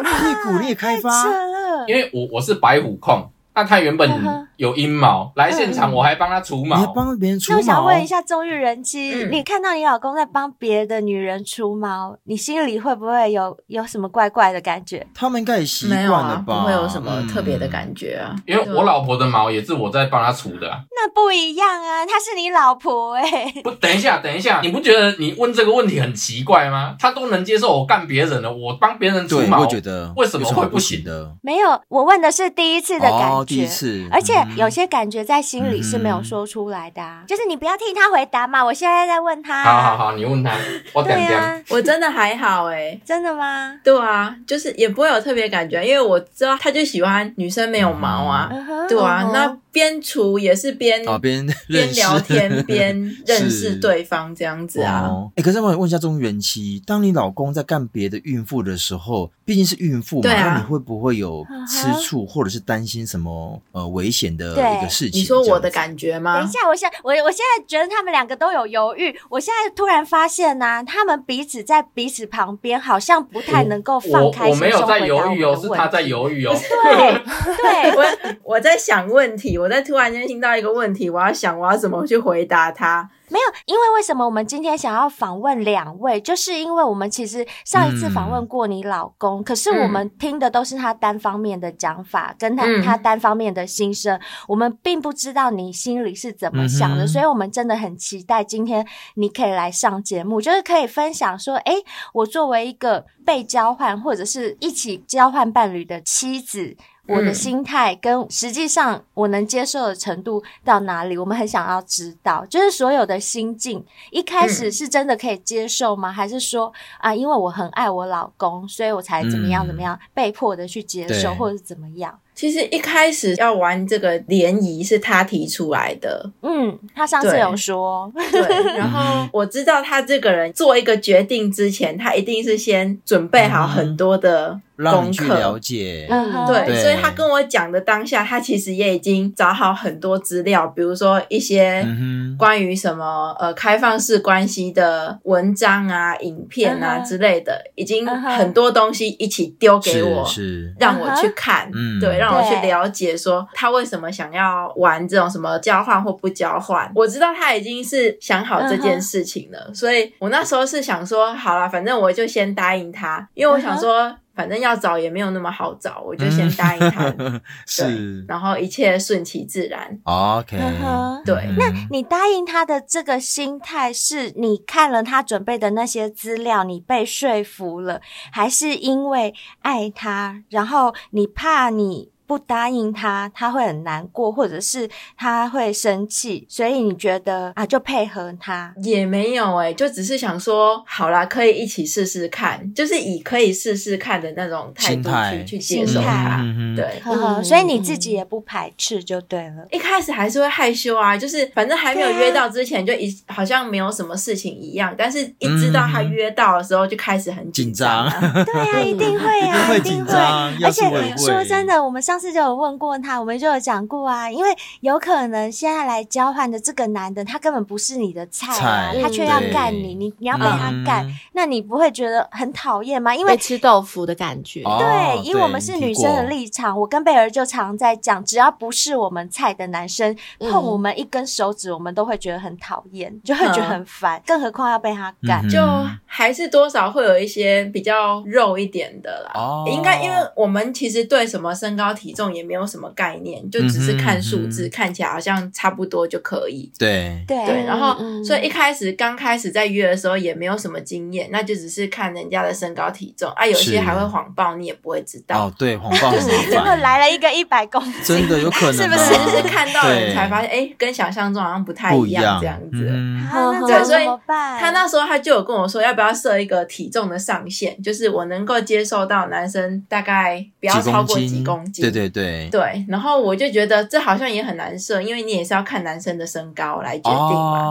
Speaker 2: 屁股你也开
Speaker 3: 啊太扯
Speaker 2: 发，
Speaker 3: 了，
Speaker 6: 因为我我是白虎控。那她原
Speaker 3: 嗯
Speaker 6: 本
Speaker 3: 哼嗯
Speaker 6: 有阴毛，来现场我还帮她除
Speaker 2: 你还
Speaker 6: 毛。
Speaker 2: 帮别人除
Speaker 3: 那我想
Speaker 2: 毛，
Speaker 3: 问一下钟玉人妻，
Speaker 5: 嗯
Speaker 3: 你看到你老公在帮别的女人除毛，你心里会不会有有什么怪怪的感觉？
Speaker 2: 他们应该也习
Speaker 5: 没
Speaker 2: 惯
Speaker 5: 有啊
Speaker 2: 了，
Speaker 5: 不
Speaker 2: 吧？嗯
Speaker 5: 会有什么特别的
Speaker 2: 觉。
Speaker 5: 感觉啊。
Speaker 6: 因为我老婆的毛也是我在帮她除的、啊。
Speaker 3: 那不一样啊，她是你老婆哎、
Speaker 6: 不，等一下，等一下，你不觉得你问这个问题很奇怪吗？她都能接受我干别人了，我帮别人除
Speaker 2: 对，
Speaker 6: 毛，
Speaker 2: 我觉得
Speaker 6: 为什么
Speaker 2: 有
Speaker 6: 会
Speaker 2: 不
Speaker 6: 不行
Speaker 2: 的？
Speaker 3: 没有，我问的是第一次的感觉，
Speaker 2: 哦，第一次，
Speaker 3: 而且
Speaker 2: 嗯
Speaker 3: 有些感觉在心里是没
Speaker 6: 嗯
Speaker 3: 有说出来的、啊，就是你不要替他回答嘛，我现在在问他、啊
Speaker 6: 好好好，你问她，我等
Speaker 3: 对
Speaker 6: 等。
Speaker 3: 啊，
Speaker 5: 我真的还好哎、
Speaker 3: 真的吗？
Speaker 5: 对啊，就是也不会有特别感觉，因为我知道他就喜欢女生没有毛啊，
Speaker 3: 嗯哼，
Speaker 5: 对啊
Speaker 3: 嗯，哼
Speaker 5: 那边除也是边、
Speaker 2: 啊，边认
Speaker 5: 边
Speaker 2: 识
Speaker 5: 聊天边 认识
Speaker 2: 是
Speaker 5: 对方这样子 啊。
Speaker 2: 哦，哎、可是我想问一下中原期，当你老公在干别的孕妇的时候，毕竟是孕妇嘛，
Speaker 5: 对啊
Speaker 2: 那你会不会有
Speaker 3: 嗯哼
Speaker 2: 吃醋，或者是担心什么呃危险的
Speaker 3: 对
Speaker 2: 哦一个事情？
Speaker 5: 你说我的
Speaker 2: 觉，
Speaker 5: 感觉吗？
Speaker 3: 等一下，我现我我现在觉得他们两个都有犹豫，我现在突然发现呢、他们彼此在彼此旁边，好像不太能够哦放
Speaker 6: 嗯我
Speaker 3: 开
Speaker 6: 我
Speaker 3: 心
Speaker 6: 没有
Speaker 3: 胸回
Speaker 6: 在
Speaker 3: 答我
Speaker 6: 犹
Speaker 3: 们
Speaker 6: 豫
Speaker 3: 的
Speaker 6: 哦，是他
Speaker 3: 问
Speaker 6: 在犹 豫哦。
Speaker 3: 对，
Speaker 5: 我我在想问题，我在突然间听到一个问题，我要想我要怎么去回答他。
Speaker 3: 没有，因为为什么我们今天想要访问两位，就是因为我们其实上一次访问过你老公，
Speaker 2: 嗯
Speaker 3: 可是我们听的都是他单方面的讲法，跟他、
Speaker 5: 嗯
Speaker 3: 他单方面的心声，我们并不知道你心里是怎么想的，
Speaker 2: 嗯哼
Speaker 3: 所以我们真的很期待今天你可以来上节目，就是可以分享说，诶，我作为一个被交换或者是一起交换伴侣的妻子。我的
Speaker 5: 嗯
Speaker 3: 心态跟实际上我能接受的程度到哪里，我们很想要知道，就是所有的心境，一开
Speaker 5: 嗯
Speaker 3: 始是真的可以接受吗？还是说啊，因为我很爱我老公，所以我才怎么
Speaker 2: 嗯
Speaker 3: 样怎么样，被迫的去接受，
Speaker 2: 对
Speaker 3: 或者是怎么样？
Speaker 5: 其实一开始要玩这个联谊是他提出来 的，
Speaker 3: 嗯，他上次
Speaker 5: 对
Speaker 3: 有说，
Speaker 5: 对，然
Speaker 2: 嗯
Speaker 5: 后
Speaker 2: 哼
Speaker 5: 我知道他这个人做一个决定之前，他一定是先准备好很多的
Speaker 2: 让
Speaker 5: 功
Speaker 2: 你去
Speaker 5: 课
Speaker 2: 了。解，
Speaker 3: 嗯哼，
Speaker 5: 对，
Speaker 2: 对
Speaker 5: 所以他跟我讲的当下，他其实也已经找好很多资料，比如说一些
Speaker 2: 嗯哼，
Speaker 5: 关于什么呃开放式关系的文章啊、影片啊
Speaker 3: 嗯哼
Speaker 5: 之类的，已经
Speaker 3: 嗯哼
Speaker 5: 很多东西一起丢给我，
Speaker 2: 是是，
Speaker 5: 让我去看，
Speaker 2: 嗯
Speaker 5: 对，让我去
Speaker 3: 啊对
Speaker 5: 了解说他为什么想要玩这种什么交换或不交换。我知道他已经是想好这件事情
Speaker 3: 嗯
Speaker 5: 了，所以我那时候是想说，好啦，反正我就先答应他，因为我想说。
Speaker 3: 嗯
Speaker 5: 反正要找也没有那么好找，我就先答应 他，
Speaker 2: 嗯
Speaker 5: 对
Speaker 2: 是，
Speaker 5: 然后一切顺其自然。
Speaker 2: ，OK，
Speaker 3: 嗯哼
Speaker 5: 对
Speaker 2: 嗯哼
Speaker 3: 那你答应他的这个心态，是你看了他准备的那些资料，你被说服了，还是因为爱他，然后你怕你不答应他，他会很难过，或者是他会生气，所以你觉得啊，就配合他？
Speaker 5: 也没有哎、就只是想说，好啦，可以一起试试看，就是以可以试试看的那种态
Speaker 2: 心
Speaker 5: 度
Speaker 2: 态
Speaker 5: 去去接
Speaker 3: 心
Speaker 5: 受
Speaker 3: 态
Speaker 5: 它。
Speaker 2: 嗯哼
Speaker 5: 啊对，
Speaker 3: 呵呵，所以你自己也不排斥就对 了。
Speaker 5: 一开始还是会害羞啊，就是反正还没有
Speaker 3: 对啊
Speaker 5: 约到之前，就一
Speaker 2: 啊
Speaker 5: 好像没有什么事情一样，但是一知道他
Speaker 2: 嗯
Speaker 5: 约到的时候，就开始很
Speaker 2: 紧
Speaker 5: 张、
Speaker 2: 张，
Speaker 5: 啊。
Speaker 3: 对啊，一定会啊，
Speaker 2: 一定会
Speaker 3: 一定
Speaker 2: 紧
Speaker 3: 会
Speaker 2: 张。
Speaker 3: 而
Speaker 2: 要是
Speaker 3: 且
Speaker 2: 我也会
Speaker 3: 说真的，我们上次就有问过他，我们就有讲过啊，因为有可能现在来交换的这个男的，他根本不是你的菜啊，
Speaker 2: 菜
Speaker 3: 他却要
Speaker 2: 对
Speaker 3: 干你，你你要被他
Speaker 2: 嗯
Speaker 3: 干，那你不会觉得很讨厌吗？因
Speaker 4: 被
Speaker 3: 为。
Speaker 4: 吃豆腐的感觉。
Speaker 2: 哦
Speaker 3: 对，以我们
Speaker 2: 你
Speaker 3: 是
Speaker 2: 提
Speaker 3: 女生的
Speaker 2: 过
Speaker 3: 立场，我跟贝儿就常在讲，只要不是我们菜的男生
Speaker 4: 嗯
Speaker 3: 碰我们一根手指，我们都会觉得很讨厌，就会觉得
Speaker 5: 嗯
Speaker 3: 很烦，更何况要被他干
Speaker 2: 嗯。哼
Speaker 5: 就还是多少会有一些比较肉一点的啦，
Speaker 2: 哦
Speaker 5: 应该因为我们其实对什么身高体重也没有什么概念，就只是看数字，
Speaker 2: 嗯哼嗯哼
Speaker 5: 看起来好像差不多就可以。
Speaker 2: 对，
Speaker 3: 对，
Speaker 5: 对，然后、
Speaker 4: 嗯
Speaker 5: 所以一开始刚开始在约的时候也没有什么经验，那就只是看人家的身高体重啊，有些
Speaker 2: 是
Speaker 5: 还会谎报，你也不会知道。
Speaker 2: 哦，对，谎报很
Speaker 3: 就是
Speaker 2: 麻
Speaker 3: 真的
Speaker 2: 烦，
Speaker 3: 来了一个一百公斤，
Speaker 2: 真的有可能
Speaker 3: 是不
Speaker 2: 啊，
Speaker 3: 是
Speaker 5: 对，就是看到人
Speaker 2: 对
Speaker 5: 才发现，哎，跟想象中好像不太
Speaker 2: 不
Speaker 5: 一
Speaker 2: 一
Speaker 5: 样
Speaker 2: 样
Speaker 5: 这样子。
Speaker 2: 嗯
Speaker 3: 啊，那
Speaker 4: 嗯
Speaker 3: 这样
Speaker 5: 对所以
Speaker 3: 怎么办？
Speaker 5: 他那时候他就有跟我说，要不要设一个体重的上限，就是我能够接受到男生大概不要
Speaker 2: 几
Speaker 5: 超
Speaker 2: 公
Speaker 5: 过
Speaker 2: 斤，
Speaker 5: 几公斤。
Speaker 2: 对对对，
Speaker 5: 对然后我就觉得这好像也很难设，因为你也是要看男生的身高来决定嘛。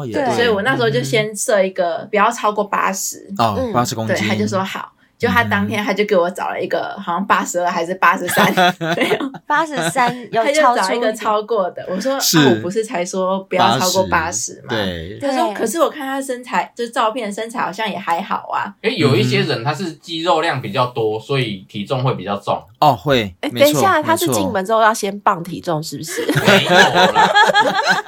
Speaker 2: 哦，也
Speaker 3: 对
Speaker 5: 所以我那时候就
Speaker 2: 嗯
Speaker 5: 先设一个不要超过八十、
Speaker 2: 哦
Speaker 4: 嗯
Speaker 2: 八十公
Speaker 5: 对
Speaker 2: 斤，，嗯
Speaker 5: 他就说好。就他当天他就给我找了一个好像八十二还是八十 三，没有，
Speaker 3: 八十 三有
Speaker 5: 他就
Speaker 3: 超
Speaker 5: 找
Speaker 3: 出
Speaker 5: 一个超过的。我说啊
Speaker 2: 是，
Speaker 5: 我不是才说不要超过八十嘛。
Speaker 2: 对，
Speaker 5: 他说
Speaker 3: 对：“
Speaker 5: 可是我看他身材，就是照片身材好像也还好 啊。
Speaker 6: 因为有一些人他是肌肉量比较多，所以体重会比较 重。
Speaker 2: 哦，会，
Speaker 4: 哎，
Speaker 2: 没
Speaker 4: 等一
Speaker 2: 错
Speaker 4: 下，他是
Speaker 2: 没错
Speaker 4: 进门之后要先磅体重，是不 是？
Speaker 6: 没有啦，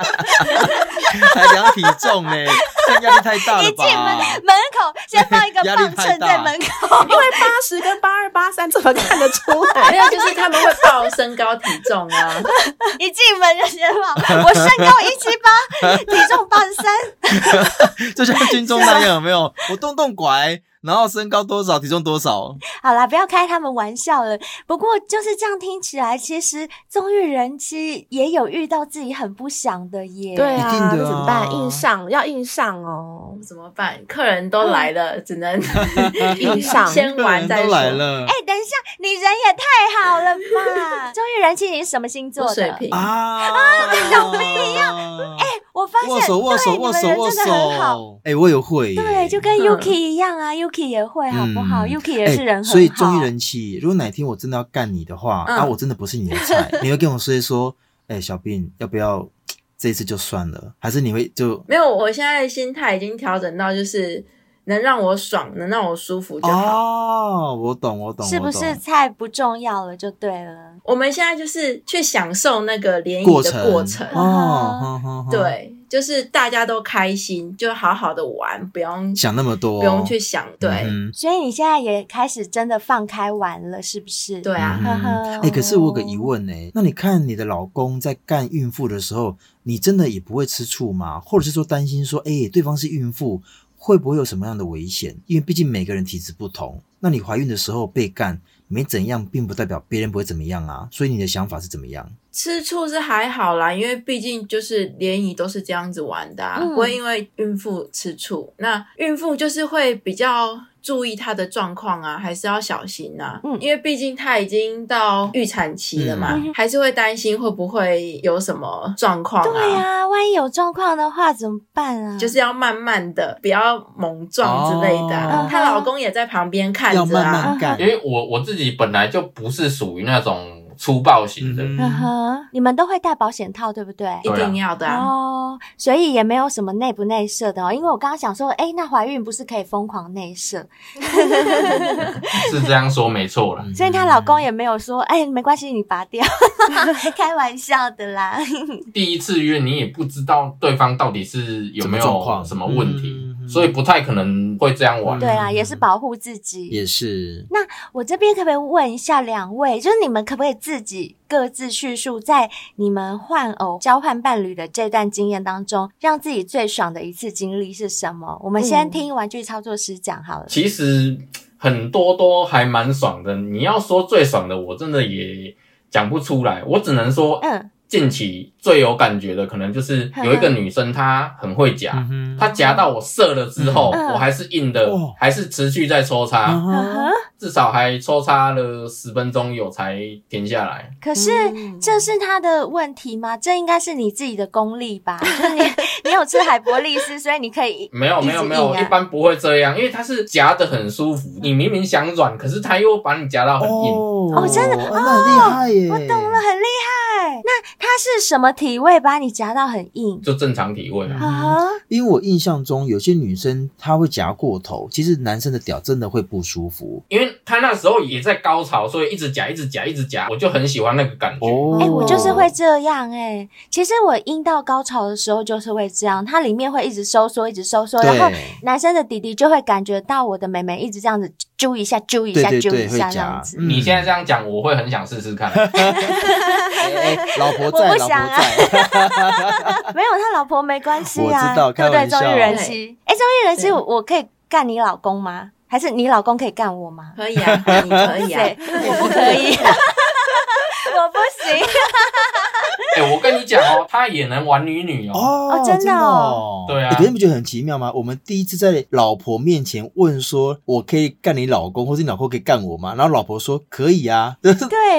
Speaker 2: 才量体重呢， 这压力太大了吧？
Speaker 3: 门口先放一个
Speaker 2: 压力
Speaker 3: 磅
Speaker 2: 太
Speaker 3: 秤在
Speaker 2: 大
Speaker 3: 门口，
Speaker 4: 因为八十跟八二八三怎么看得出
Speaker 5: 没
Speaker 4: 来？
Speaker 5: 有，就是他们会报身高体重啊。
Speaker 3: 一进门就先放。我身高一七八，体重八十三，
Speaker 2: 就像军中那样，有没有？我动动拐，然后身高多少，体重多少？
Speaker 3: 好啦，不要开他们玩笑了。不过就是这样听起来，其实纵欲人妻也有遇到自己很不想的耶。
Speaker 4: 对
Speaker 2: 一定
Speaker 4: 啊，
Speaker 2: 的啊
Speaker 4: 那怎么办？硬上要硬上哦，
Speaker 5: 怎么办？客人都来了，只能
Speaker 4: 硬上
Speaker 5: 先玩再
Speaker 2: 都
Speaker 5: 说。
Speaker 2: 来了
Speaker 3: 哎、等一下，你人也太好了 吧！纵欲人妻，你是什么星座
Speaker 5: 我
Speaker 3: 的？
Speaker 5: 水瓶，
Speaker 2: 啊，
Speaker 3: 哎怎么一样？哎、我发现
Speaker 2: 握手握手
Speaker 3: 对
Speaker 2: 握手
Speaker 3: 你们
Speaker 2: 握
Speaker 3: 人真的很好。
Speaker 2: 手，哎，我也会耶，
Speaker 3: 对，就跟 Yuki 一样啊、y u k i 也会，好不好、
Speaker 2: 嗯
Speaker 3: y u k i 也是人很
Speaker 2: 欸
Speaker 3: 好，
Speaker 2: 所以忠于人妻，如果哪天我真的要干你的话，
Speaker 5: 嗯
Speaker 2: 啊，我真的不是你的菜， 你会跟我说一说，哎、小病要不要这一次就算了，还是你会就
Speaker 5: 没有，我现在的心态已经调整到就是能让我爽，能让我舒服就好。
Speaker 2: 哦，我懂我懂，
Speaker 3: 是不
Speaker 2: 我懂
Speaker 3: 是菜不重要了就对了。
Speaker 5: 我们现在就是去享受那个联谊
Speaker 2: 过
Speaker 5: 的
Speaker 2: 程
Speaker 5: 过程，
Speaker 2: 哦，哼哼哼
Speaker 5: 对，就是大家都开心，就好好的玩，不用
Speaker 2: 想那么多，
Speaker 5: 不用去想，对、
Speaker 2: 嗯
Speaker 3: 所以你现在也开始真的放开玩了，是不是？
Speaker 5: 对啊
Speaker 2: 哼。。
Speaker 5: 哦
Speaker 2: 嗯哼
Speaker 3: 呵呵
Speaker 2: 哎、可是我有个疑问呢、那你看你的老公在干孕妇的时候，你真的也不会吃醋吗？或者是说担心说，哎、对方是孕妇，会不会有什么样的危险？因为毕竟每个人体质不同，那你怀孕的时候被干没怎样，并不代表别人不会怎么样啊。所以你的想法是怎么样？
Speaker 5: 吃醋是还好啦，因为毕竟就是联谊都是这样子玩的、啊，
Speaker 3: 嗯
Speaker 5: 不会因为孕妇吃醋。那孕妇就是会比较注意她的状况啊，还是要小心啊，
Speaker 3: 嗯
Speaker 5: 因为毕竟她已经到预产期了嘛，
Speaker 3: 嗯
Speaker 5: 还是会担心会不会有什么状况
Speaker 3: 对啊，万一有状况的话怎么办啊？
Speaker 5: 就是要慢慢的，不要猛撞之类的啊、
Speaker 3: 哦
Speaker 5: 她、老公也在旁边看着
Speaker 2: 嗯要
Speaker 5: 啊，
Speaker 2: 慢慢干
Speaker 6: 因。为我我自己本来就不是属于那种粗暴型的，
Speaker 2: 嗯
Speaker 3: 呵呵，你们都会戴保险套，对不对？
Speaker 5: 一定要的、啊。
Speaker 3: 哦，所以也没有什么内不内射的哦，因为我刚刚想说，哎，那怀孕不是可以疯狂内
Speaker 2: 嗯
Speaker 3: 射？
Speaker 6: 是这样说没错啦。
Speaker 3: 所以她老公
Speaker 2: 嗯
Speaker 3: 也没有说，哎，没关系，你拔 掉， 开玩笑的啦。
Speaker 2: 嗯
Speaker 6: 第一次约你也不知道对方到底是有没
Speaker 2: 什么状
Speaker 6: 有
Speaker 2: 况
Speaker 6: 什么问题，
Speaker 2: 嗯嗯嗯
Speaker 6: 所以不太可能会这样玩。
Speaker 3: 对啦，也是保护自己。
Speaker 2: 也是，
Speaker 3: 我这边可不可以问一下两位，就是你们可不可以自己各自叙述，在你们换偶交换伴侣的这段经验当中，让自己最爽的一次经历是什么？我们先
Speaker 4: 嗯
Speaker 3: 听玩具操作师讲好了。
Speaker 6: 其实很多都还蛮爽的。你要说最爽的，我真的也讲不出来，我只能说，
Speaker 3: 嗯，
Speaker 6: 近期最有感觉的，可能就是有一个女生，她很会夹，
Speaker 2: 嗯
Speaker 6: 她夹到我射了之后，
Speaker 3: 嗯
Speaker 6: 我还是硬的
Speaker 2: 哇，
Speaker 6: 还是持续在抽插，
Speaker 3: 嗯哼
Speaker 4: 哦
Speaker 2: 哼，
Speaker 6: 至少还抽插了十分钟有才停下来。
Speaker 3: 可是
Speaker 4: 嗯
Speaker 3: 这是他的问题吗？这应该是你自己的功力吧？就是 你你有吃海博利斯，所以你可以
Speaker 6: 没有
Speaker 3: 一直
Speaker 6: 没有没有，
Speaker 3: 硬啊
Speaker 6: 一般不会这样，因为它是夹的很舒服，你明明想软，可是它又把你夹到很硬。
Speaker 2: 嗯哦
Speaker 3: 哦真的哦
Speaker 2: 啊那很厉害耶！
Speaker 4: 嗯
Speaker 3: 我懂了，很厉害。那他是什么体位把你夹到很硬？
Speaker 6: 就正常体位
Speaker 4: 嗯
Speaker 6: 啊，
Speaker 3: 啊哈，
Speaker 2: 因为我印象中有些女生她会夹过头，其实男生的屌真的会不舒服
Speaker 6: 因为他那时候也在高潮，所以一直夹，一直夹，一直夹，我就很喜欢那个感觉。
Speaker 2: 哦。
Speaker 3: 哎、我就是会这样哎、其实我阴道高潮的时候就是会这样，它里面会一直收缩，一直收缩，然 后
Speaker 2: 对
Speaker 3: 男生的弟弟就会感觉到我的妹妹一直这样子揪一下、揪一下、
Speaker 2: 对对
Speaker 3: 揪
Speaker 2: 对
Speaker 3: 一下
Speaker 2: 会
Speaker 3: 这
Speaker 2: 夹
Speaker 3: 样子。
Speaker 2: 嗯
Speaker 6: 你现在这样讲，我会很想试试看。
Speaker 2: 哎哎老婆
Speaker 3: 我
Speaker 2: 在，
Speaker 3: 不
Speaker 2: 老婆
Speaker 3: 想啊
Speaker 2: 在，
Speaker 3: 没有他老婆没关系啊，
Speaker 2: 我知道
Speaker 3: 对
Speaker 2: 开
Speaker 3: 不对？
Speaker 2: 玩笑
Speaker 3: 周玉人妻，哎，周玉人妻，
Speaker 5: 对
Speaker 3: 我我可以干你老公吗？还是你老公可以干我吗？
Speaker 5: 可以啊， 你可以啊
Speaker 3: 对，，我不可以，我不行。
Speaker 6: 哎、我跟你讲哦，他也能玩女女哦。
Speaker 2: 哦
Speaker 3: 真的
Speaker 2: 哦
Speaker 3: 哦
Speaker 6: 对啊
Speaker 2: 欸可是你不觉得很奇妙吗？我们第一次在老婆面前问说，我可以干你老公，或是你老公可以干我吗？然后老婆说可以啊，
Speaker 3: 对，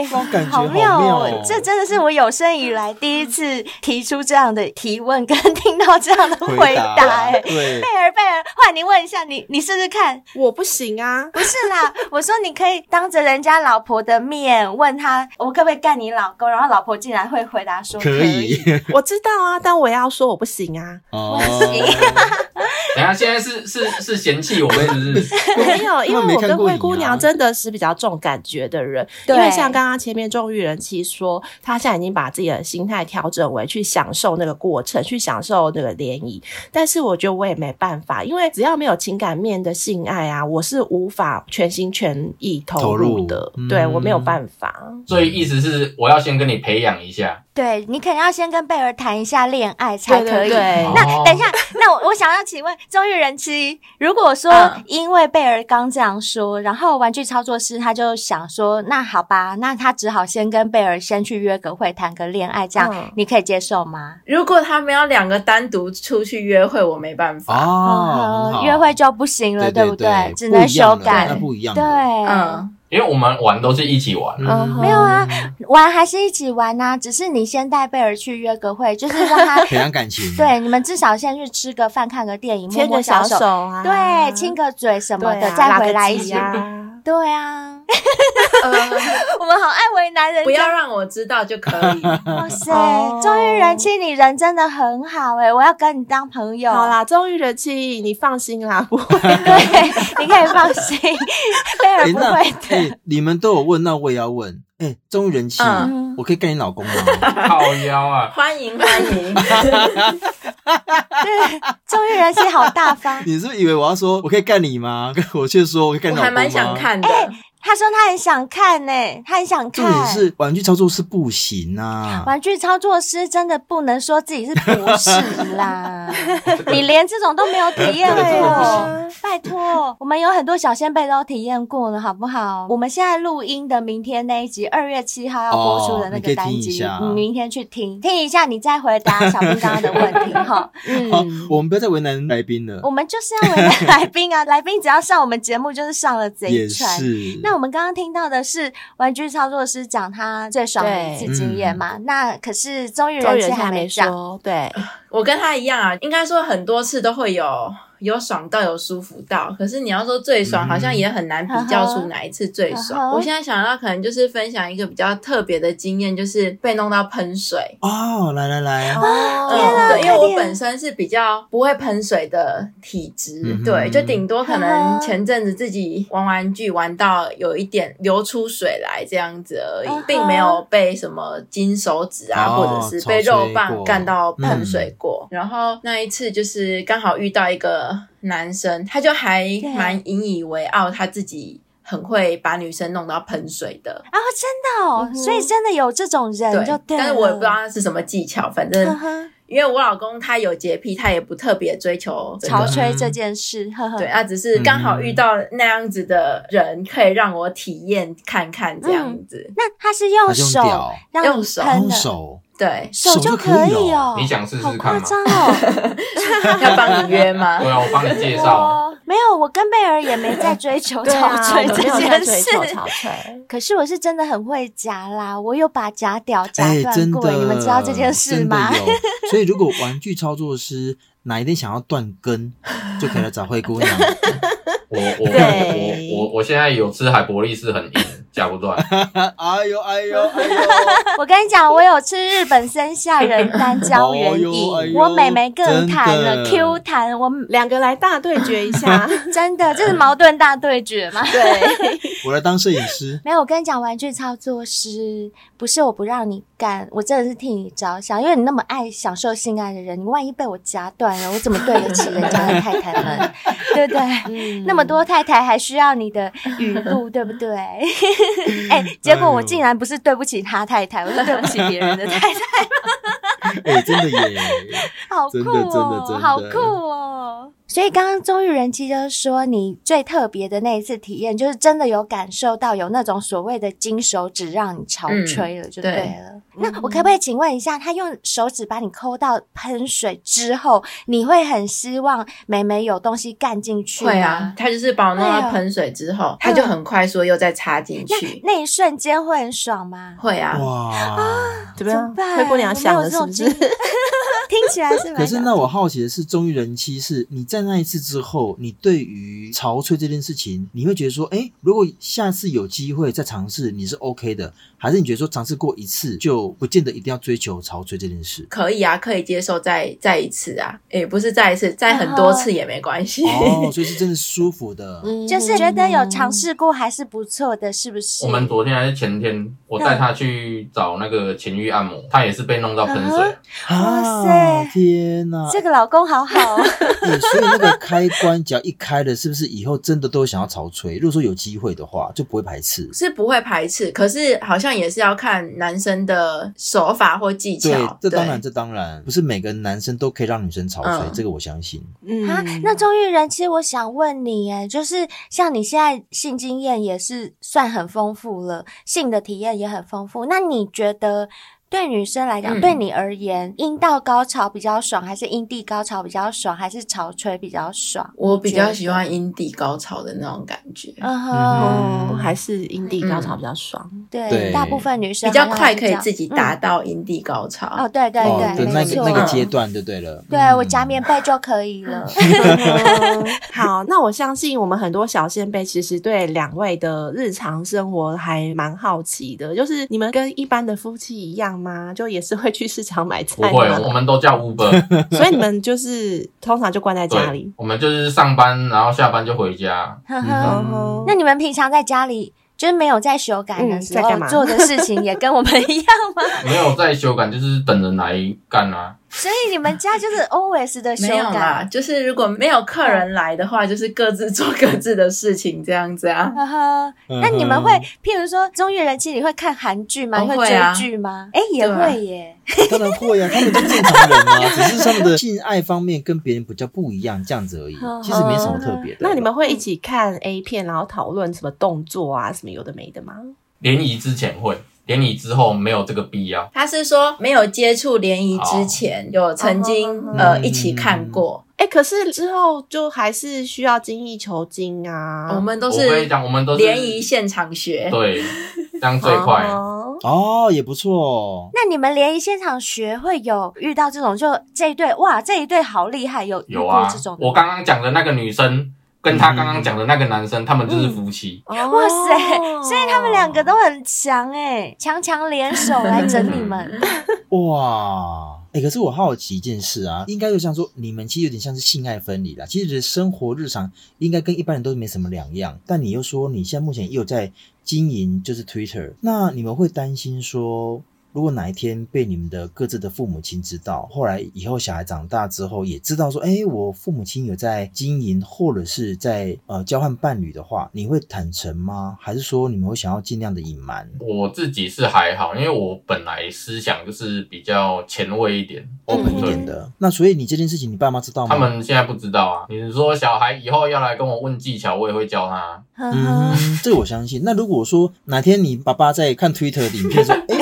Speaker 2: 种感觉
Speaker 3: 好
Speaker 2: 好
Speaker 3: 妙
Speaker 2: 妙
Speaker 3: 哦
Speaker 2: 哦！
Speaker 3: 这真的是我有生以来第一次提出这样的提问，跟听到这样的回
Speaker 2: 答
Speaker 3: 答。哎，
Speaker 2: 对
Speaker 3: 贝尔，贝尔，换你问一下，你你试 试看。
Speaker 4: 我不行啊，
Speaker 3: 不是啦，我说你可以当着人家老婆的面问他，我可不可以干你老公？然后老婆竟然会回答说
Speaker 2: 可以。
Speaker 4: 我知道啊，但我也要说我不行啊。
Speaker 2: 哦，
Speaker 6: 等一下现在是是是嫌弃我们是不是？
Speaker 4: 没有，因
Speaker 2: 根本没
Speaker 4: 为我
Speaker 2: 看
Speaker 4: 跟
Speaker 2: 过
Speaker 4: 灰
Speaker 2: 瘾
Speaker 4: 姑
Speaker 2: 啊
Speaker 4: 娘真的是比较重感觉的人，因
Speaker 3: 对
Speaker 4: 为像刚刚前面钟玉人妻说，她现在已经把自己的心态调整为去享受那个过程，去享受那个联谊。但是我觉得我也没办法，因为只要没有情感面的性爱啊，我是无法全心全意投
Speaker 2: 投
Speaker 4: 入
Speaker 2: 入
Speaker 4: 的。
Speaker 2: 嗯
Speaker 4: 对我没有办法。
Speaker 6: 所以意思是我要先跟你培养一下。
Speaker 3: 对你可能要先跟贝尔谈一下恋爱才可以。
Speaker 4: 对对对
Speaker 2: 哦
Speaker 3: 那等一下，那我我想要请问中玉人妻，如果说
Speaker 5: 嗯
Speaker 3: 因为贝尔刚这样说，然后玩具操作师他就想说，那好吧，那他只好先跟贝尔先去约个会，谈个恋爱，这样、
Speaker 4: 嗯
Speaker 3: 你可以接受吗？
Speaker 5: 如果他们要两个单独出去约会，我没办法。
Speaker 2: 哦，很
Speaker 3: 嗯
Speaker 2: 好
Speaker 3: 约会就不行了，
Speaker 2: 对
Speaker 3: 不
Speaker 2: 对？
Speaker 3: 只能修
Speaker 2: 那
Speaker 3: 改。
Speaker 2: 不一样
Speaker 3: 对，
Speaker 2: 了，
Speaker 5: 嗯，
Speaker 6: 因为我们玩都是一起玩，
Speaker 4: 嗯
Speaker 3: 没有啊，玩还是一起玩呐、只是你先带贝尔去约个会，就是让他
Speaker 2: 培养感情，
Speaker 3: 对你们至少先去吃个饭、看个电影、摸
Speaker 4: 牵
Speaker 3: 摸
Speaker 4: 着
Speaker 3: 小
Speaker 4: 小
Speaker 3: 手，
Speaker 4: 手啊，
Speaker 3: 对，亲个嘴什么
Speaker 4: 对
Speaker 3: 的，
Speaker 4: 啊，
Speaker 3: 再
Speaker 4: 拉
Speaker 3: 回
Speaker 4: 个
Speaker 3: 来一
Speaker 4: 鸡
Speaker 3: 起。
Speaker 4: 啊。
Speaker 3: 对啊，
Speaker 5: 呃，
Speaker 3: 我们好爱为难人
Speaker 5: 不要
Speaker 3: 家。
Speaker 5: 让我知道就可以。
Speaker 3: 哇塞
Speaker 4: 哦，
Speaker 3: 终于人气你人真的很好哎、我要跟你当朋友。
Speaker 4: 好，啦，终于人气，你放心啦，不 会
Speaker 3: 对，你可以放心，贝尔
Speaker 2: 哎，
Speaker 3: 不
Speaker 2: 那
Speaker 3: 会的。
Speaker 2: 哎，你们都有问，那我也要问。哎，终于人气
Speaker 5: 嗯，
Speaker 2: 我可以干你老 公吗？
Speaker 6: 靠腰啊！
Speaker 5: 欢迎欢迎，
Speaker 3: 对，终于人气好大方。
Speaker 2: 你是不是以为我要说我可以干你吗？ 我却说我可以干
Speaker 5: 我
Speaker 2: 你老
Speaker 5: 还
Speaker 2: 公吗？
Speaker 5: 蛮想看的。
Speaker 3: 他说他很想看呢、欸他很想
Speaker 2: 重点
Speaker 3: 看。
Speaker 2: 是玩具操作是不行啊。
Speaker 3: 玩具操作师真的不能说自己是博士啦， 你连这种都没有体验
Speaker 2: 对这个不
Speaker 3: 过
Speaker 2: 行，
Speaker 3: 拜托，我们有很多小先辈都体验过了，好不好？我们现在录音的明天那一集，二月七号要播出的那
Speaker 2: 哦你可
Speaker 3: 个
Speaker 2: 以
Speaker 3: 单
Speaker 2: 听一
Speaker 3: 集，
Speaker 2: 下
Speaker 3: 你明天去听听一下，你再回答小兵刚刚的问题 哈。
Speaker 2: 好
Speaker 4: 嗯，，
Speaker 2: 我们不要再为难来宾了
Speaker 3: 我。们就是要为难来宾啊，来宾只要上我们节目就是上了贼
Speaker 2: 也
Speaker 3: 船。
Speaker 2: 是，
Speaker 3: 那我们刚刚听到的是玩具操作师讲他最爽的一次经验嘛？
Speaker 2: 嗯
Speaker 3: 那可是终于
Speaker 4: 终
Speaker 3: 人
Speaker 4: 于
Speaker 3: 气
Speaker 4: 人气
Speaker 3: 还
Speaker 4: 还
Speaker 3: 没
Speaker 4: 没
Speaker 3: 讲，
Speaker 4: 说， 对，
Speaker 5: 我跟他一样啊，应该说很多次都会有有爽到有舒服到，可是你要说最
Speaker 2: 嗯
Speaker 5: 爽，好像也很难比较出哪一次最爽。
Speaker 3: 嗯哼
Speaker 5: 我现在想到可能就是分享一个比较特别的经验，就是被弄到喷水。
Speaker 2: 哦，来来来，
Speaker 4: 哦
Speaker 3: 天啊
Speaker 5: 对，因为
Speaker 3: 快
Speaker 5: 我
Speaker 3: 点
Speaker 5: 本身是比较不会喷水的体质，
Speaker 2: 嗯哼
Speaker 5: 对，就顶多可
Speaker 3: 呵呵
Speaker 5: 能前阵子自己玩玩具玩到有一点流出水来这样子而已
Speaker 3: 嗯哼
Speaker 5: 并没有被什么金手指啊，
Speaker 2: 哦
Speaker 5: 或者是被肉
Speaker 2: 潮水嗯
Speaker 5: 棒
Speaker 2: 过
Speaker 5: 干到喷水过。然后那一次就是刚好遇到一个男生，他就还蛮引以为傲他自己。很会把女生弄到喷水的，
Speaker 3: 啊，真的哦，
Speaker 4: 嗯哼
Speaker 3: 所以真的有这种人哎就了
Speaker 5: 但是我也不知道。他是什么技巧，反正
Speaker 3: 呵呵，
Speaker 5: 因为我老公他有洁癖，他也不特别追求这
Speaker 3: 潮
Speaker 5: 个。
Speaker 3: 吹这件事，呵呵，
Speaker 5: 对，啊他只是刚好遇到那样子的人，可以让我体验看看这样子。
Speaker 3: 那他是
Speaker 2: 还
Speaker 3: 用
Speaker 2: 是用
Speaker 3: 手
Speaker 2: 屌，
Speaker 3: 让你
Speaker 5: 用手
Speaker 3: 喷
Speaker 2: 用
Speaker 3: 的，，
Speaker 2: 手，
Speaker 5: 对
Speaker 3: 手
Speaker 2: 手
Speaker 3: 就
Speaker 2: 就
Speaker 3: 可
Speaker 2: 可
Speaker 3: 以
Speaker 2: 以哦，
Speaker 3: 哦
Speaker 6: 你想试
Speaker 3: 好
Speaker 6: 试
Speaker 3: 夸
Speaker 6: 看吗？
Speaker 3: 张哦。
Speaker 5: 要帮你 约吗
Speaker 6: 对？啊，我帮你介绍。
Speaker 3: 我没有，我跟贝尔也没在追 求
Speaker 4: 对
Speaker 3: 潮
Speaker 4: 啊，
Speaker 3: 吹
Speaker 4: 我没
Speaker 3: 这
Speaker 4: 有
Speaker 3: 件
Speaker 4: 在追
Speaker 3: 事。
Speaker 4: 求 潮吹，
Speaker 3: 可是我是真的很会夹啦，我有把夹屌夹
Speaker 2: 哎，
Speaker 3: 断
Speaker 2: 真
Speaker 3: 过，
Speaker 2: 的，
Speaker 3: 你们知道这件事
Speaker 2: 真的
Speaker 3: 吗？
Speaker 2: 有所以，如果玩具操作师哪一天想要断根，就可以来找灰姑娘。
Speaker 6: 我我
Speaker 4: 对
Speaker 6: 我我我现在有吃海博利是很硬，夹不断。
Speaker 2: 哎呦哎呦哎呦！
Speaker 3: 我跟你讲，我有吃日本生下人丹 胶原
Speaker 2: 哎
Speaker 3: 饮，
Speaker 2: 呦哎呦
Speaker 3: 我美眉更弹了
Speaker 2: 真的
Speaker 3: Q 弹，我
Speaker 4: 两个来大对决一 下，
Speaker 3: 真的这是矛盾大对 决吗？
Speaker 4: 对，
Speaker 2: 我来当摄影师，
Speaker 3: 没有，我跟你讲，玩具操作师不是我不让你干，我真的是替你着想，因为你那么爱享受性爱的人，你万一被我夹断了，我怎么对得起人家的太太们？ 对不对？
Speaker 4: 嗯
Speaker 3: 那么多太太还需要你的语录，对不对？ 哎、结果我竟然不是对不起他太太，我是对不起别人的太太，
Speaker 2: 哎，真的耶！
Speaker 3: 好酷
Speaker 2: 真的真的
Speaker 3: 哦
Speaker 2: 真，的
Speaker 3: 好酷哦！所以刚刚终于人妻就是说，你最特别的那一次体验，就是真的有感受到有那种所谓的金手指让你潮吹了，就嗯对了。那我可不可以请问一下，他用手指把你抠到喷水之后，你会很希望美美有东西干进去吗？
Speaker 5: 会啊，他就是把我弄
Speaker 3: 哎呦
Speaker 5: 到喷水之后，他就很快速又再插进
Speaker 3: 那
Speaker 5: 去。
Speaker 3: 那一瞬间会很爽 吗？
Speaker 5: 会啊，？
Speaker 2: 哇！
Speaker 4: 怎
Speaker 3: 怎
Speaker 4: 么样
Speaker 3: 么？办？
Speaker 4: 灰姑娘想
Speaker 3: 我没有这
Speaker 4: 了是
Speaker 3: 种
Speaker 4: 不
Speaker 3: 经验
Speaker 4: 是？
Speaker 3: 听起来是蛮……
Speaker 2: 可是那我好奇的是，终于人妻是你在那一次之后，你对于潮吹这件事情，你会觉得说，哎、如果下次有机会再尝试，你是 OK 的，还是你觉得说尝试过一次就不见得一定要追求潮吹这件事
Speaker 5: 可以啊，可以接受再再一次啊，也不是再一次，再很多次也没关系。
Speaker 2: 哦，所以是真的是舒服的。
Speaker 3: 就是觉得有尝试过还是不错的，是不是？
Speaker 6: 我们昨天还是前天，我带他去找那个情欲按摩，他也是被弄到喷水。
Speaker 3: 哇塞
Speaker 2: 啊天哪！
Speaker 3: 这个老公好好哦，
Speaker 2: 欸所以那个开关只要一开了，是不是以后真的都想要潮吹？如果说有机会的话，就不会排斥。
Speaker 5: 是不会排斥，可是好像也是要看男生的手法或技
Speaker 2: 对
Speaker 5: 巧。，
Speaker 2: 这
Speaker 5: 对，
Speaker 2: 当然，这当然不是每个男生都可以让女生潮吹，
Speaker 5: 嗯
Speaker 2: 这个我相信。
Speaker 4: 嗯
Speaker 3: 啊，那钟玉人，其实我想问你，哎，就是像你现在性经验也是算很丰富了，性的体验也很丰富，那你觉得对女生来讲，
Speaker 5: 嗯
Speaker 3: 对你而言，阴道高潮比较爽，还是阴蒂高潮比较爽，还是潮吹比较爽？
Speaker 5: 我比较
Speaker 3: 你觉得
Speaker 5: 喜，欢阴蒂高潮的那种感觉，
Speaker 3: 嗯哼，
Speaker 4: 哦，还是阴蒂高潮比
Speaker 3: 嗯
Speaker 4: 较爽。
Speaker 3: 对，
Speaker 2: 对
Speaker 3: 大部分女生
Speaker 5: 比较
Speaker 3: 好像
Speaker 5: 快
Speaker 3: 是
Speaker 5: 可
Speaker 3: 这
Speaker 5: 以
Speaker 3: 样嗯
Speaker 5: 自己达。到阴蒂高潮。
Speaker 3: 嗯哦，对对
Speaker 2: 哦，
Speaker 3: 对，
Speaker 2: 的那
Speaker 3: 没
Speaker 2: 个
Speaker 3: 错，
Speaker 2: 那个
Speaker 5: 嗯
Speaker 2: 阶段就对了。
Speaker 3: 对
Speaker 2: 嗯
Speaker 3: 我夹棉被就可以了。
Speaker 4: 好，那我相信我们很多小先辈其实对两位的日常生活还蛮好奇的，就是你们跟一般的夫妻一样吗？就也是会去市场买
Speaker 6: 不
Speaker 4: 菜
Speaker 6: 会，哦我
Speaker 4: 吗？
Speaker 6: 们都叫 Uber，
Speaker 4: 所以你们就是通常就关在家
Speaker 6: 对
Speaker 4: 里，。
Speaker 6: 我们就是上班，然后下班就回家。
Speaker 3: 呵呵，
Speaker 4: 哦
Speaker 2: 嗯
Speaker 3: 那你们平常在家里就是没有在修改的
Speaker 4: 嗯
Speaker 3: 时
Speaker 4: 在干
Speaker 3: 候
Speaker 4: 嘛
Speaker 3: 做的事情，也跟我们一样吗？
Speaker 6: 没有再修改，就是等人来干啊。
Speaker 3: 所以你们家就是 always 的修
Speaker 5: 没有啦
Speaker 3: 改。，哦
Speaker 5: 就是如果没有客人来的话，就是各自 做各自的事情这样子啊。
Speaker 3: 呵呵，
Speaker 2: 嗯哼
Speaker 3: 那你们会，譬如说《中原人气》，你会看韩剧吗？
Speaker 5: 哦
Speaker 3: 你会
Speaker 5: 会
Speaker 3: 追
Speaker 5: 啊
Speaker 3: 剧吗？哎，也
Speaker 5: 对啊
Speaker 3: 会耶。
Speaker 2: 当然会啊，他们是正常人 啊，只是他们的性爱方面跟别人比较不一样，这样子而已
Speaker 3: 嗯。
Speaker 2: 其实没什么特别的。
Speaker 4: 那你们会一起看 A 片，然后讨论什么动作啊，什么有的没的吗？
Speaker 6: 联谊之前会，联谊之后没有这个必要。
Speaker 5: 他是说没有接触联谊之前，有曾经
Speaker 4: 哦
Speaker 5: 呃一起
Speaker 6: 嗯
Speaker 5: 看过，
Speaker 4: 哎、可是之后就还是需要精益求精啊。
Speaker 5: 我们都
Speaker 6: 嗯我跟
Speaker 5: 是
Speaker 6: 你讲，我们都是
Speaker 5: 联谊现场学。
Speaker 6: 对，这样最快。
Speaker 4: 哦
Speaker 2: 哦，也不错哦。
Speaker 3: 那你们联谊现场学会有遇到这种，就这一对哇，这一对好厉害，有遇
Speaker 6: 有
Speaker 3: 过
Speaker 6: 啊
Speaker 3: 这种，的吗
Speaker 6: 我刚刚讲的那个女生跟他刚刚讲的那个男
Speaker 5: 嗯
Speaker 6: 生，他们就是夫妻。
Speaker 3: 哇塞！
Speaker 4: 哦
Speaker 3: 所以他们两个都很强哎，强强联手来整你们。
Speaker 2: 哇，哎、可是我好奇一件事啊，应该就像说，你们其实有点像是性爱分离啦。其实生活日常应该跟一般人都没什么两样，但你又说你现在目前也有在经营就是 Twitter，那你们会担心说，如果哪一天被你们的各自的父母亲知道，后来以后小孩长大之后也知道说，哎、我父母亲有在经营或者是在呃交换伴侣的话，你会坦诚吗？还是说你们会想要尽量的隐瞒？
Speaker 6: 我自己是还好，因为我本来思想就是比较前卫一点
Speaker 2: 一
Speaker 6: 对
Speaker 2: 点的，那所以你这件事情，你爸妈知道吗？
Speaker 6: 他们现在不知道啊。你是说小孩以后要来跟我问技巧，我也会教他。
Speaker 3: 呵呵
Speaker 2: 嗯，这个我相信。那如果说哪天你爸爸在看 Twitter 的影片 说，哎、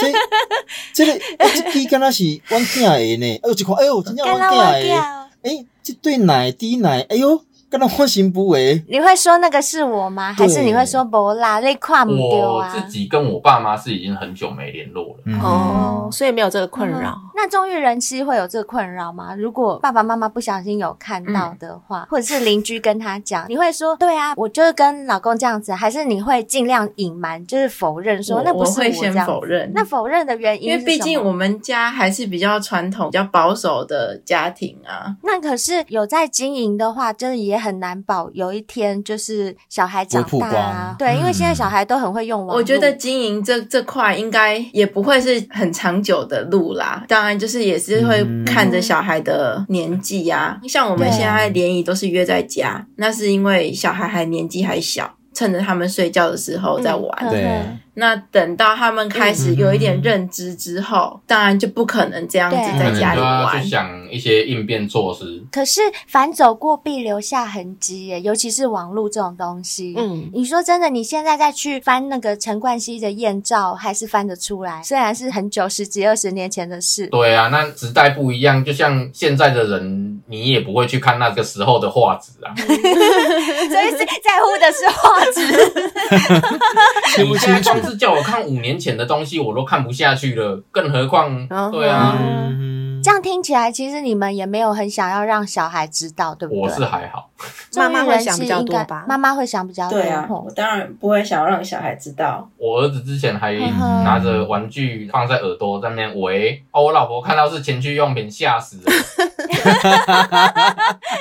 Speaker 2: 这这个哎这滴跟他是我囝的呢，哎呦，一看，哎呦，真正我
Speaker 3: 干到
Speaker 2: 囝
Speaker 3: 我
Speaker 2: 的，
Speaker 5: 欸
Speaker 3: 掉，
Speaker 2: 哎、这对奶滴奶，哎呦，跟他我行不为。
Speaker 3: 你会说那个是我吗？还是你会说不啦？那跨不丢
Speaker 6: 我
Speaker 3: 啊？
Speaker 6: 自己跟我爸妈是已经很久没联络了。
Speaker 2: 嗯，
Speaker 4: 哦，所以没有这个困扰。
Speaker 3: 嗯那中育人妻会有这个困扰吗？如果爸爸妈妈不小心有看到的话，或者是邻居跟他讲，你会说对啊，我就是跟老公这样子，还是你会尽量隐瞒，就是否认说
Speaker 5: 我
Speaker 3: 那不
Speaker 5: 我
Speaker 3: 是
Speaker 5: 会
Speaker 3: 这
Speaker 5: 先
Speaker 3: 样
Speaker 5: 否
Speaker 3: 子？
Speaker 5: 认，
Speaker 3: 那否认的原因
Speaker 5: 因
Speaker 3: 是
Speaker 5: 为
Speaker 3: 什么，
Speaker 5: 毕竟我们家还是比较传统、比较保守的家庭啊。
Speaker 3: 那可是有在经营的话，真的也很难保有一天就是小孩长
Speaker 2: 不会
Speaker 3: 大
Speaker 2: 曝
Speaker 3: 啊
Speaker 2: 光，
Speaker 3: 对，因为
Speaker 2: 嗯
Speaker 3: 现在小孩都很会用网络，
Speaker 5: 我觉得经营这这块应该也不会是很长久的路啦。当然，就是也是会
Speaker 2: 嗯
Speaker 5: 看着小孩的年纪啊。像我们
Speaker 3: 对
Speaker 5: 现在联谊都是约在家，那是因为小孩还年纪还小，趁着他们睡觉的时候在玩。
Speaker 3: 嗯
Speaker 2: 对，
Speaker 5: 那等到他们开始有一点认知之后，当然就不可能这样子
Speaker 3: 对
Speaker 6: 可
Speaker 5: 在
Speaker 6: 能啊
Speaker 5: 家里
Speaker 6: 就要
Speaker 5: 玩
Speaker 6: 去。想一些应变措施。
Speaker 3: 可是反走过必留下痕迹耶，尤其是网络这种东西。
Speaker 4: 嗯，
Speaker 3: 你说真的，你现在再去翻那个陈冠希的艳照，还是翻得出来，虽然是很久十几二十年前的事。
Speaker 6: 对啊，那时代不一样，就像现在的人，你也不会去看那个时候的画质啊。
Speaker 3: 所以是在乎的是画质。
Speaker 6: 你现在光是叫我看五年前的东西，我都看不下去了，更何况
Speaker 4: 嗯
Speaker 6: 对啊，
Speaker 2: 嗯，
Speaker 3: 这样听起来，其实你们也没有很想要让小孩知道，对不对？
Speaker 6: 我是还好。
Speaker 4: 妈妈
Speaker 3: 中年
Speaker 4: 会
Speaker 3: 人
Speaker 4: 想
Speaker 3: 是
Speaker 4: 比较
Speaker 3: 应
Speaker 4: 多
Speaker 3: 该
Speaker 4: 吧？
Speaker 3: 妈妈会想比较多。
Speaker 5: 对啊，
Speaker 3: 吼
Speaker 5: 我当然不会想要让小孩知道。
Speaker 6: 我儿子之前还
Speaker 3: 呵呵
Speaker 6: 拿着玩具放在耳朵在那边喂，哦，我老婆看到是情趣用品，吓死了。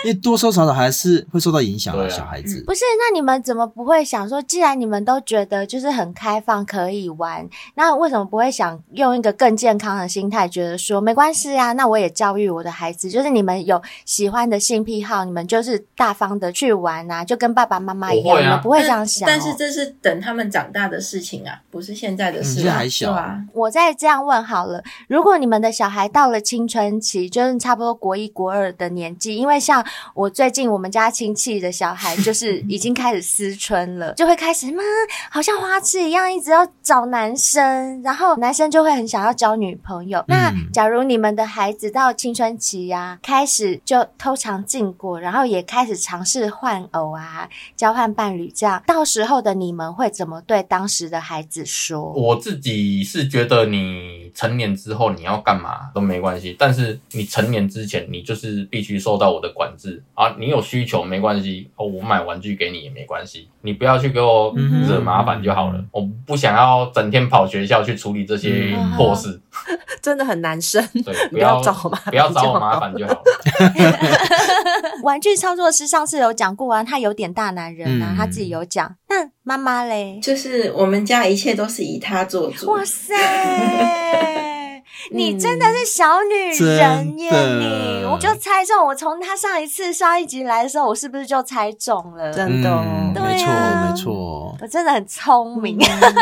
Speaker 2: 因为多收少少还是会受到影响的、
Speaker 6: 对啊
Speaker 2: 小孩子。
Speaker 3: 不是，那你们怎么不会想说，既然你们都觉得就是很开放可以玩，那为什么不会想用一个更健康的心态，觉得说没关系啊，那我也教育我的孩子，就是你们有喜欢的性癖好，你们就是大方的去玩啊，就跟爸爸妈妈一样，
Speaker 6: 我会啊
Speaker 3: 你们不会这样想、哦
Speaker 5: 但。但是这是等他们长大的事情啊，不是现在的
Speaker 2: 嗯
Speaker 5: 事
Speaker 2: 现在
Speaker 5: 啊，
Speaker 2: 还小
Speaker 5: 对啊。
Speaker 3: 我再这样问好了，如果你们的小孩到了青春期，就是差不多国一、国二的年纪，因为像我最近我们家亲戚的小孩，就是已经开始思春了，就会开始妈，好像花痴一样，一直要找男生，然后男生就会很想要交女朋友。那假如你们的孩子到青春期呀、开始就偷尝禁果，然后也开始尝试换偶啊、交换伴侣这样，到时候的你们会怎么对当时的孩子说？
Speaker 6: 我自己是觉得你成年之后你要干嘛都没关系，但是你成年之前你就是必须受到我的管制啊。你有需求没关系，哦，我买玩具给你也没关系，你不要去给我
Speaker 2: 嗯
Speaker 6: 惹麻烦就好了。我不想要整天跑学校去处理这些
Speaker 2: 嗯
Speaker 6: 破事，
Speaker 4: 真的很难生，
Speaker 6: 对，
Speaker 4: 嗯 不
Speaker 6: 要
Speaker 4: 要找我麻烦
Speaker 6: 不要找
Speaker 4: 就
Speaker 6: 我
Speaker 4: 好
Speaker 6: 麻烦就好了。
Speaker 3: 玩具操作师上次有讲过啊，他有点大男人啊，
Speaker 2: 嗯
Speaker 3: 他自己有讲。那妈妈嘞？
Speaker 5: 就是我们家一切都是以他做主。
Speaker 3: 哇塞，你真的是小女人耶！
Speaker 2: 嗯真的
Speaker 3: 你，我就猜中。我从他上一次上一集来的时候，我是不是就猜中了？
Speaker 4: 真的哦。
Speaker 3: 嗯对
Speaker 2: 嗯没错，
Speaker 3: 啊
Speaker 2: 没错。
Speaker 3: 我真的很聪明。
Speaker 2: 嗯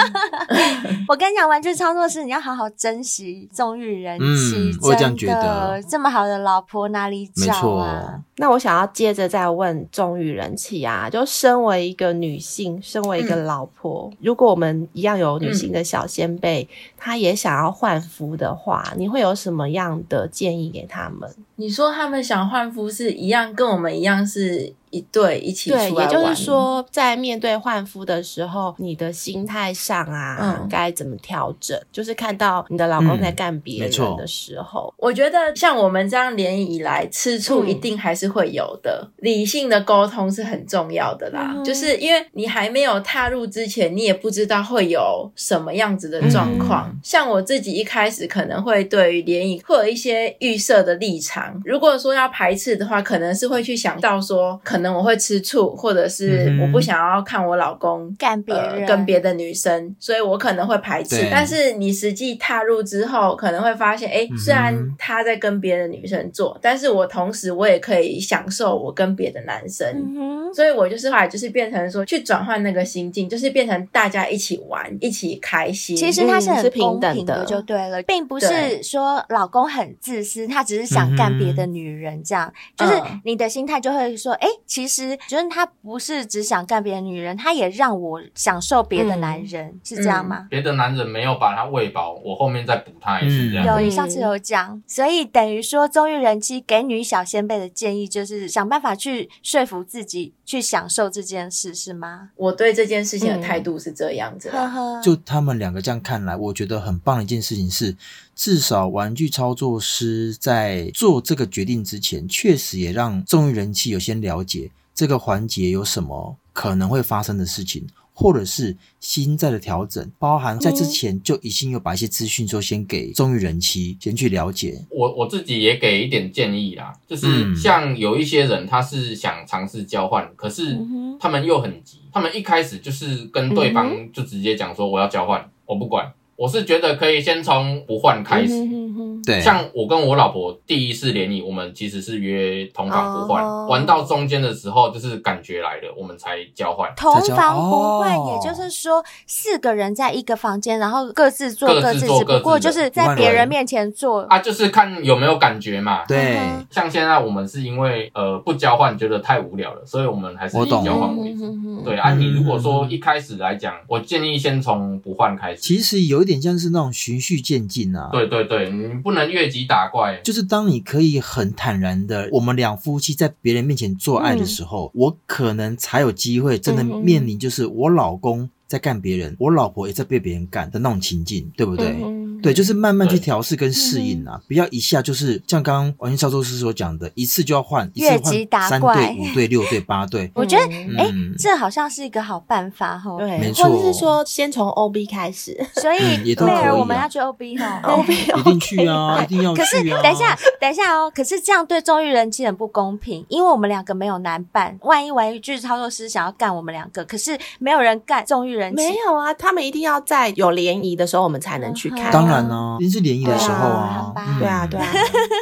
Speaker 5: 嗯
Speaker 3: 我跟你讲，玩具操作师你要好好珍惜，纵欲人妻。
Speaker 2: 嗯我也这样觉得
Speaker 3: 真的这么好的老婆哪里
Speaker 2: 没
Speaker 3: 找
Speaker 2: 错
Speaker 3: 啊？
Speaker 4: 那我想要接着再问忠于人气啊，就身为一个女性，身为一个
Speaker 5: 嗯
Speaker 4: 老婆，如果我们一样有女性的小先辈，她也想要换夫的话，你会有什么样的建议给他们？
Speaker 5: 你说他们想换夫是一样，跟我们一样是一对一起出来
Speaker 4: 对，也
Speaker 5: 玩，
Speaker 4: 就是说，在面对换夫的时候，你的心态上啊，
Speaker 5: 嗯
Speaker 4: 该怎么调整？就是看到你的老公在干别
Speaker 2: 嗯没错
Speaker 4: 人的时候，
Speaker 5: 我觉得像我们这样联谊以来，吃
Speaker 2: 嗯
Speaker 5: 醋一定还是会有的。理性的沟通是很重要的啦，
Speaker 4: 嗯
Speaker 5: 就是因为你还没有踏入之前，你也不知道会有什么样子的状况。
Speaker 2: 嗯
Speaker 5: 像我自己一开始可能会对于联谊会有一些预设的立场，如果说要排斥的话，可能是会去想到说，可能我会吃醋，或者是
Speaker 2: 嗯
Speaker 5: 我不想要看我老公
Speaker 3: 干别
Speaker 5: 呃
Speaker 3: 人，
Speaker 5: 跟别的女生，所以我可能会排斥
Speaker 2: 对。
Speaker 5: 但是你实际踏入之后，可能会发现，哎
Speaker 2: 嗯，哼
Speaker 5: 虽然他在跟别的女生做，但是我同时我也可以享受我跟别的男生。
Speaker 3: 嗯哼，
Speaker 5: 所以我就是后来就是变成说，去转换那个心境，就是变成大家一起玩，一起开心。
Speaker 3: 其实他是
Speaker 4: 嗯
Speaker 3: 很
Speaker 4: 是
Speaker 3: 公
Speaker 4: 平等
Speaker 3: 平
Speaker 4: 的
Speaker 3: 就对了，并不
Speaker 5: 对
Speaker 3: 是说老公很自私，他只是想干别的女人这样，
Speaker 5: 嗯
Speaker 3: 就是你的心态就会说，哎、其实就是他不是只想干别的女人，他也让我享受别的男人，是这样吗？
Speaker 6: 别的男人没有把他喂饱，我后面再补他一次这样。
Speaker 3: 有，
Speaker 4: 嗯
Speaker 3: 你上次有讲，所以等于说，中玉人妻给女小先辈的建议就是想办法去说服自己去享受这件事，是吗？
Speaker 5: 我对这件事情的态度是这样子
Speaker 3: 嗯呵
Speaker 5: 的。
Speaker 3: 呵，
Speaker 2: 就他们两个这样看来，我觉得很棒的一件事情是，至少玩具操作师在做这个决定之前，确实也让众于人气有先了解这个环节有什么可能会发生的事情，或者是心在的调整，包含在
Speaker 3: 嗯
Speaker 2: 之前就已经有把一些资讯说先给众于人气先去了解，
Speaker 6: 我我自己也给一点建议啦，就
Speaker 2: 嗯
Speaker 6: 是像有一些人他是想尝试交换，可是
Speaker 3: 嗯哼嗯
Speaker 6: 他们又很急，他们一开始就是跟对方就直接讲说我要交换，我不管，我我是觉得可以先从不换开始。
Speaker 4: 嗯哼哼哼
Speaker 2: 对，
Speaker 6: 像我跟我老婆第一次联谊，我们其实是约同房不换
Speaker 3: 哦
Speaker 6: 玩到中间的时候就是感觉来了，我们才交换。
Speaker 3: 同
Speaker 2: 这叫
Speaker 3: 房不换，
Speaker 2: 哦
Speaker 3: 也就是说四个人在一个房间，然后各自做
Speaker 6: 各自
Speaker 3: 各自，
Speaker 6: 做
Speaker 3: 只
Speaker 6: 各
Speaker 3: 不
Speaker 6: 自
Speaker 3: 过
Speaker 6: 的
Speaker 3: 就是在
Speaker 2: 万
Speaker 3: 别人
Speaker 2: 人
Speaker 3: 面前做。
Speaker 6: 啊，就是看有没有感觉嘛。
Speaker 2: 对
Speaker 3: 嗯哼
Speaker 6: 像现在我们是因为呃不交换觉得太无聊了，所以我们还是
Speaker 2: 我
Speaker 6: 以
Speaker 2: 懂
Speaker 6: 交换为
Speaker 3: 嗯
Speaker 6: 主。
Speaker 3: 哼哼
Speaker 6: 对啊，
Speaker 2: 嗯
Speaker 6: 你如果说一开始来讲，我建议先从不换开始。
Speaker 2: 其实有一点像是那种循序渐进啊。
Speaker 6: 对对对，你不能越级打怪。
Speaker 2: 就是当你可以很坦然的，我们两夫妻在别人面前做爱的时
Speaker 3: 嗯
Speaker 2: 候，我可能才有机会真的
Speaker 4: 嗯嗯
Speaker 2: 面临就是我老公在干别人，我老婆也在被别人干的那种情境，对不对？
Speaker 4: 嗯哼
Speaker 2: 对，就是慢慢去
Speaker 6: 对
Speaker 2: 调试跟适应
Speaker 3: 嗯
Speaker 2: 啊，不要一下就是像刚刚王云少周师所讲的，一次就要换，一次
Speaker 3: 越级打
Speaker 2: 换三
Speaker 3: 怪，
Speaker 2: 对、五对、六对、八对
Speaker 3: 我觉得
Speaker 4: 嗯
Speaker 3: 哎
Speaker 2: 嗯，
Speaker 3: 这好像是一个好办法哈。
Speaker 4: 对，
Speaker 2: 没
Speaker 4: 或者
Speaker 2: 错
Speaker 4: 是说先从 OB 开始，
Speaker 3: 所
Speaker 2: 嗯
Speaker 3: 以
Speaker 2: 也
Speaker 3: 贝
Speaker 2: 都可以
Speaker 3: 尔，
Speaker 2: 啊
Speaker 3: 我们要去 OB 哈。
Speaker 2: 一定去啊，一定要去 啊。
Speaker 3: 可是等一下，等一下哦。可是这样对中育人气很不公平，因为我们两个没有男伴。万一玩具操作师想要干我们两个，可是没有人干中育人气，
Speaker 4: 没有啊，他们一定要在有联谊的时候我们才
Speaker 3: 嗯
Speaker 4: 能去看。
Speaker 2: 当然啦、一定是联谊的时候
Speaker 3: 对啊好
Speaker 2: 啊，
Speaker 3: 吧
Speaker 2: 嗯
Speaker 4: 对啊，对啊，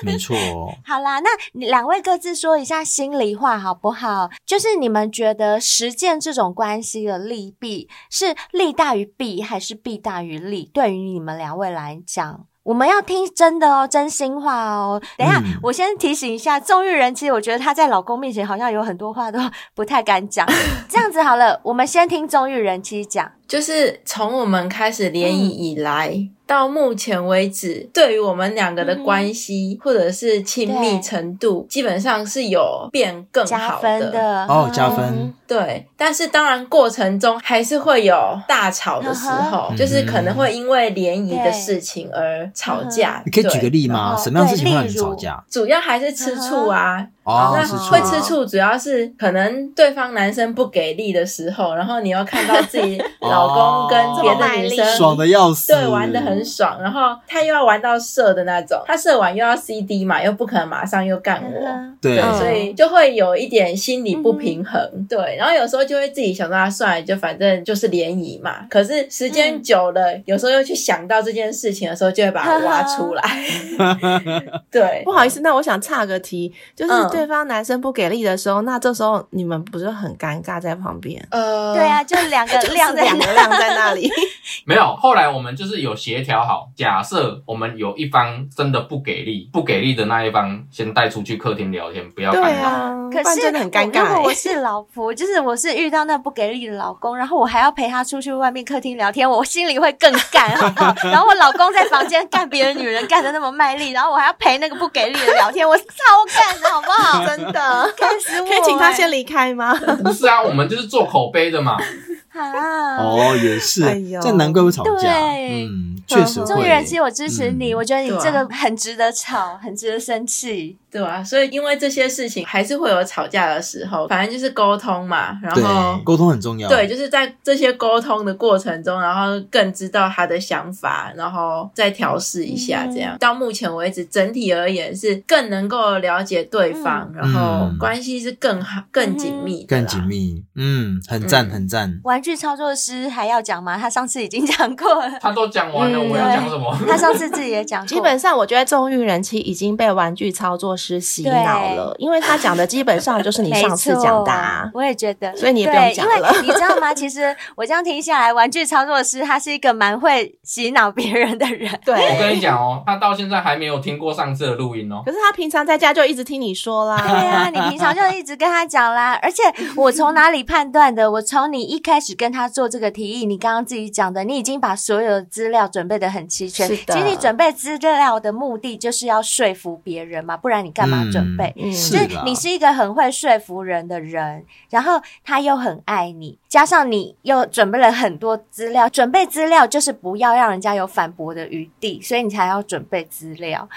Speaker 2: 没 错、哦。
Speaker 3: 好啦，那你两位各自说一下心里话好不好？就是你们觉得实践这种关系的利弊是利大于弊，还是弊大于利？对于你们两位来讲。我们要听真的哦，真心话哦。等一下，
Speaker 2: 嗯
Speaker 3: 我先提醒一下，纵欲人妻，我觉得她在老公面前好像有很多话都 不太敢讲。这样子好了，我们先听纵欲人妻讲。
Speaker 5: 嗯就是从我们开始联谊以来、到目前为止，对于我们两个的关系、或者是亲密程度，基本上是有变更
Speaker 3: 加
Speaker 5: 好
Speaker 3: 分
Speaker 5: 的。
Speaker 3: 的
Speaker 2: 哦，加分，
Speaker 5: 对，但是当然过程中还是会有大吵的时候，
Speaker 2: 嗯哼
Speaker 5: 就是可能会因为联谊的事情而吵架。
Speaker 2: 你可以举个例吗？
Speaker 3: 然后
Speaker 2: 什么样的事情
Speaker 3: 对
Speaker 2: 会让你
Speaker 3: 例如
Speaker 2: 吵架？
Speaker 5: 对，主要还是吃醋啊，
Speaker 2: 哦，
Speaker 5: 那
Speaker 2: 是
Speaker 5: 会
Speaker 2: 醋
Speaker 5: 吃醋，主要是可能对方男生不给力的时候，然后你又看到自己老公跟别的女
Speaker 4: 哦
Speaker 2: 爽
Speaker 5: 生
Speaker 2: 的要死，
Speaker 5: 对玩的很爽，然后他又要玩到射的那种，他射完又要 CD 嘛，又不可能马上又干我。
Speaker 3: 嗯
Speaker 2: 对，
Speaker 5: 对，所以就会有一点心理不平衡，
Speaker 3: 嗯
Speaker 5: 对，然后有时候就会自己想说啊，算了，就反正就是联谊嘛。可是时间久了，有时候又去想到这件事情的时候，就会把它挖 出来。对
Speaker 4: 不，好意思，那我想岔个题，就是
Speaker 5: 嗯
Speaker 4: 对方男生不给力的时候，那这时候你们不是很尴尬在旁边？
Speaker 5: 呃，
Speaker 3: 对啊，，就两个
Speaker 4: 就是
Speaker 3: 亮在
Speaker 4: 两个亮在那 里，
Speaker 6: 没有，后来我们就是有协调好，假设我们有一方真的不给力，不给力的那一方先带出去客厅聊天，不要
Speaker 4: 对
Speaker 6: 干扰。
Speaker 4: 啊，
Speaker 3: 可
Speaker 4: 不然
Speaker 3: 是
Speaker 4: 真的很尴尬、
Speaker 3: 我如果我
Speaker 4: 欸。
Speaker 3: 是老婆，就是我是遇到那不给力的老公，然后我还要陪他出去外面客厅聊天，我心里会更干， 好不好？然后我老公在房间干别的女人干的那么卖力，然后我还要陪那个不给力的聊天，我超干的，好不 好？
Speaker 4: 真的，
Speaker 3: 干死我、
Speaker 4: 可以请他先离 开吗？
Speaker 6: 不是啊，我们就是做口碑的嘛。
Speaker 3: 哎啊。
Speaker 2: 哦，也是
Speaker 4: 哎，呦
Speaker 2: 这难怪会吵架。
Speaker 3: 对
Speaker 2: 嗯，确实
Speaker 3: 中
Speaker 2: 会
Speaker 3: 原人妻，我支持你，
Speaker 2: 嗯
Speaker 3: 我觉得你
Speaker 5: 对啊
Speaker 3: 这个很值得吵，很值得生气。
Speaker 5: 对啊，所以因为这些事情还是会有吵架的时候，反正就是沟通嘛，然后
Speaker 2: 对。沟通很重要。
Speaker 5: 对，就是在这些沟通的过程中，然后更知道他的想法，然后再调试一下，这样、到目前为止，整体而言是更能够了解对方，然后
Speaker 2: 嗯
Speaker 5: 关系是更好、更紧密、
Speaker 2: 更紧。密，嗯，很赞，
Speaker 5: 嗯
Speaker 2: 很赞。
Speaker 3: 玩具操作师还要讲吗？他上次已经讲过了，
Speaker 6: 他都讲完了，
Speaker 4: 嗯
Speaker 6: 我要讲什么？
Speaker 3: 他上次自己也讲过。
Speaker 4: 基本上，我觉得纵欲人妻已经被玩具操作师洗脑了，因为他讲的基本上就是 你
Speaker 3: 没
Speaker 4: 上次
Speaker 3: 错
Speaker 4: 讲的、啊。
Speaker 3: 我也觉得，
Speaker 4: 所以你也不
Speaker 3: 对
Speaker 4: 用讲了
Speaker 3: 因为你知道吗？其实我这样听下来，玩具操作师他是一个蛮会洗脑别人的人。
Speaker 6: 我跟
Speaker 4: 对，
Speaker 6: 你讲哦，他到现在还没有听过上次的录音哦。
Speaker 4: 可是他平常在家就一直听你说
Speaker 3: 对
Speaker 4: 啦。
Speaker 3: 啊，你平常就一直跟他讲啦，而且我从哪里判断的？我从你一开始跟他做这个提议，你刚刚自己讲的，你已经把所有的资料准备的很齐全。
Speaker 4: 是的
Speaker 3: 其实你准备资料的目的就是要说服别人嘛，不然你干嘛准备？
Speaker 2: 嗯
Speaker 4: 是
Speaker 3: 就是
Speaker 2: 啦
Speaker 3: 你是一个很会说服人的人，然后他又很爱你，加上你又准备了很多资料，准备资料就是不要让人家有反驳的余地，所以你才要准备资料。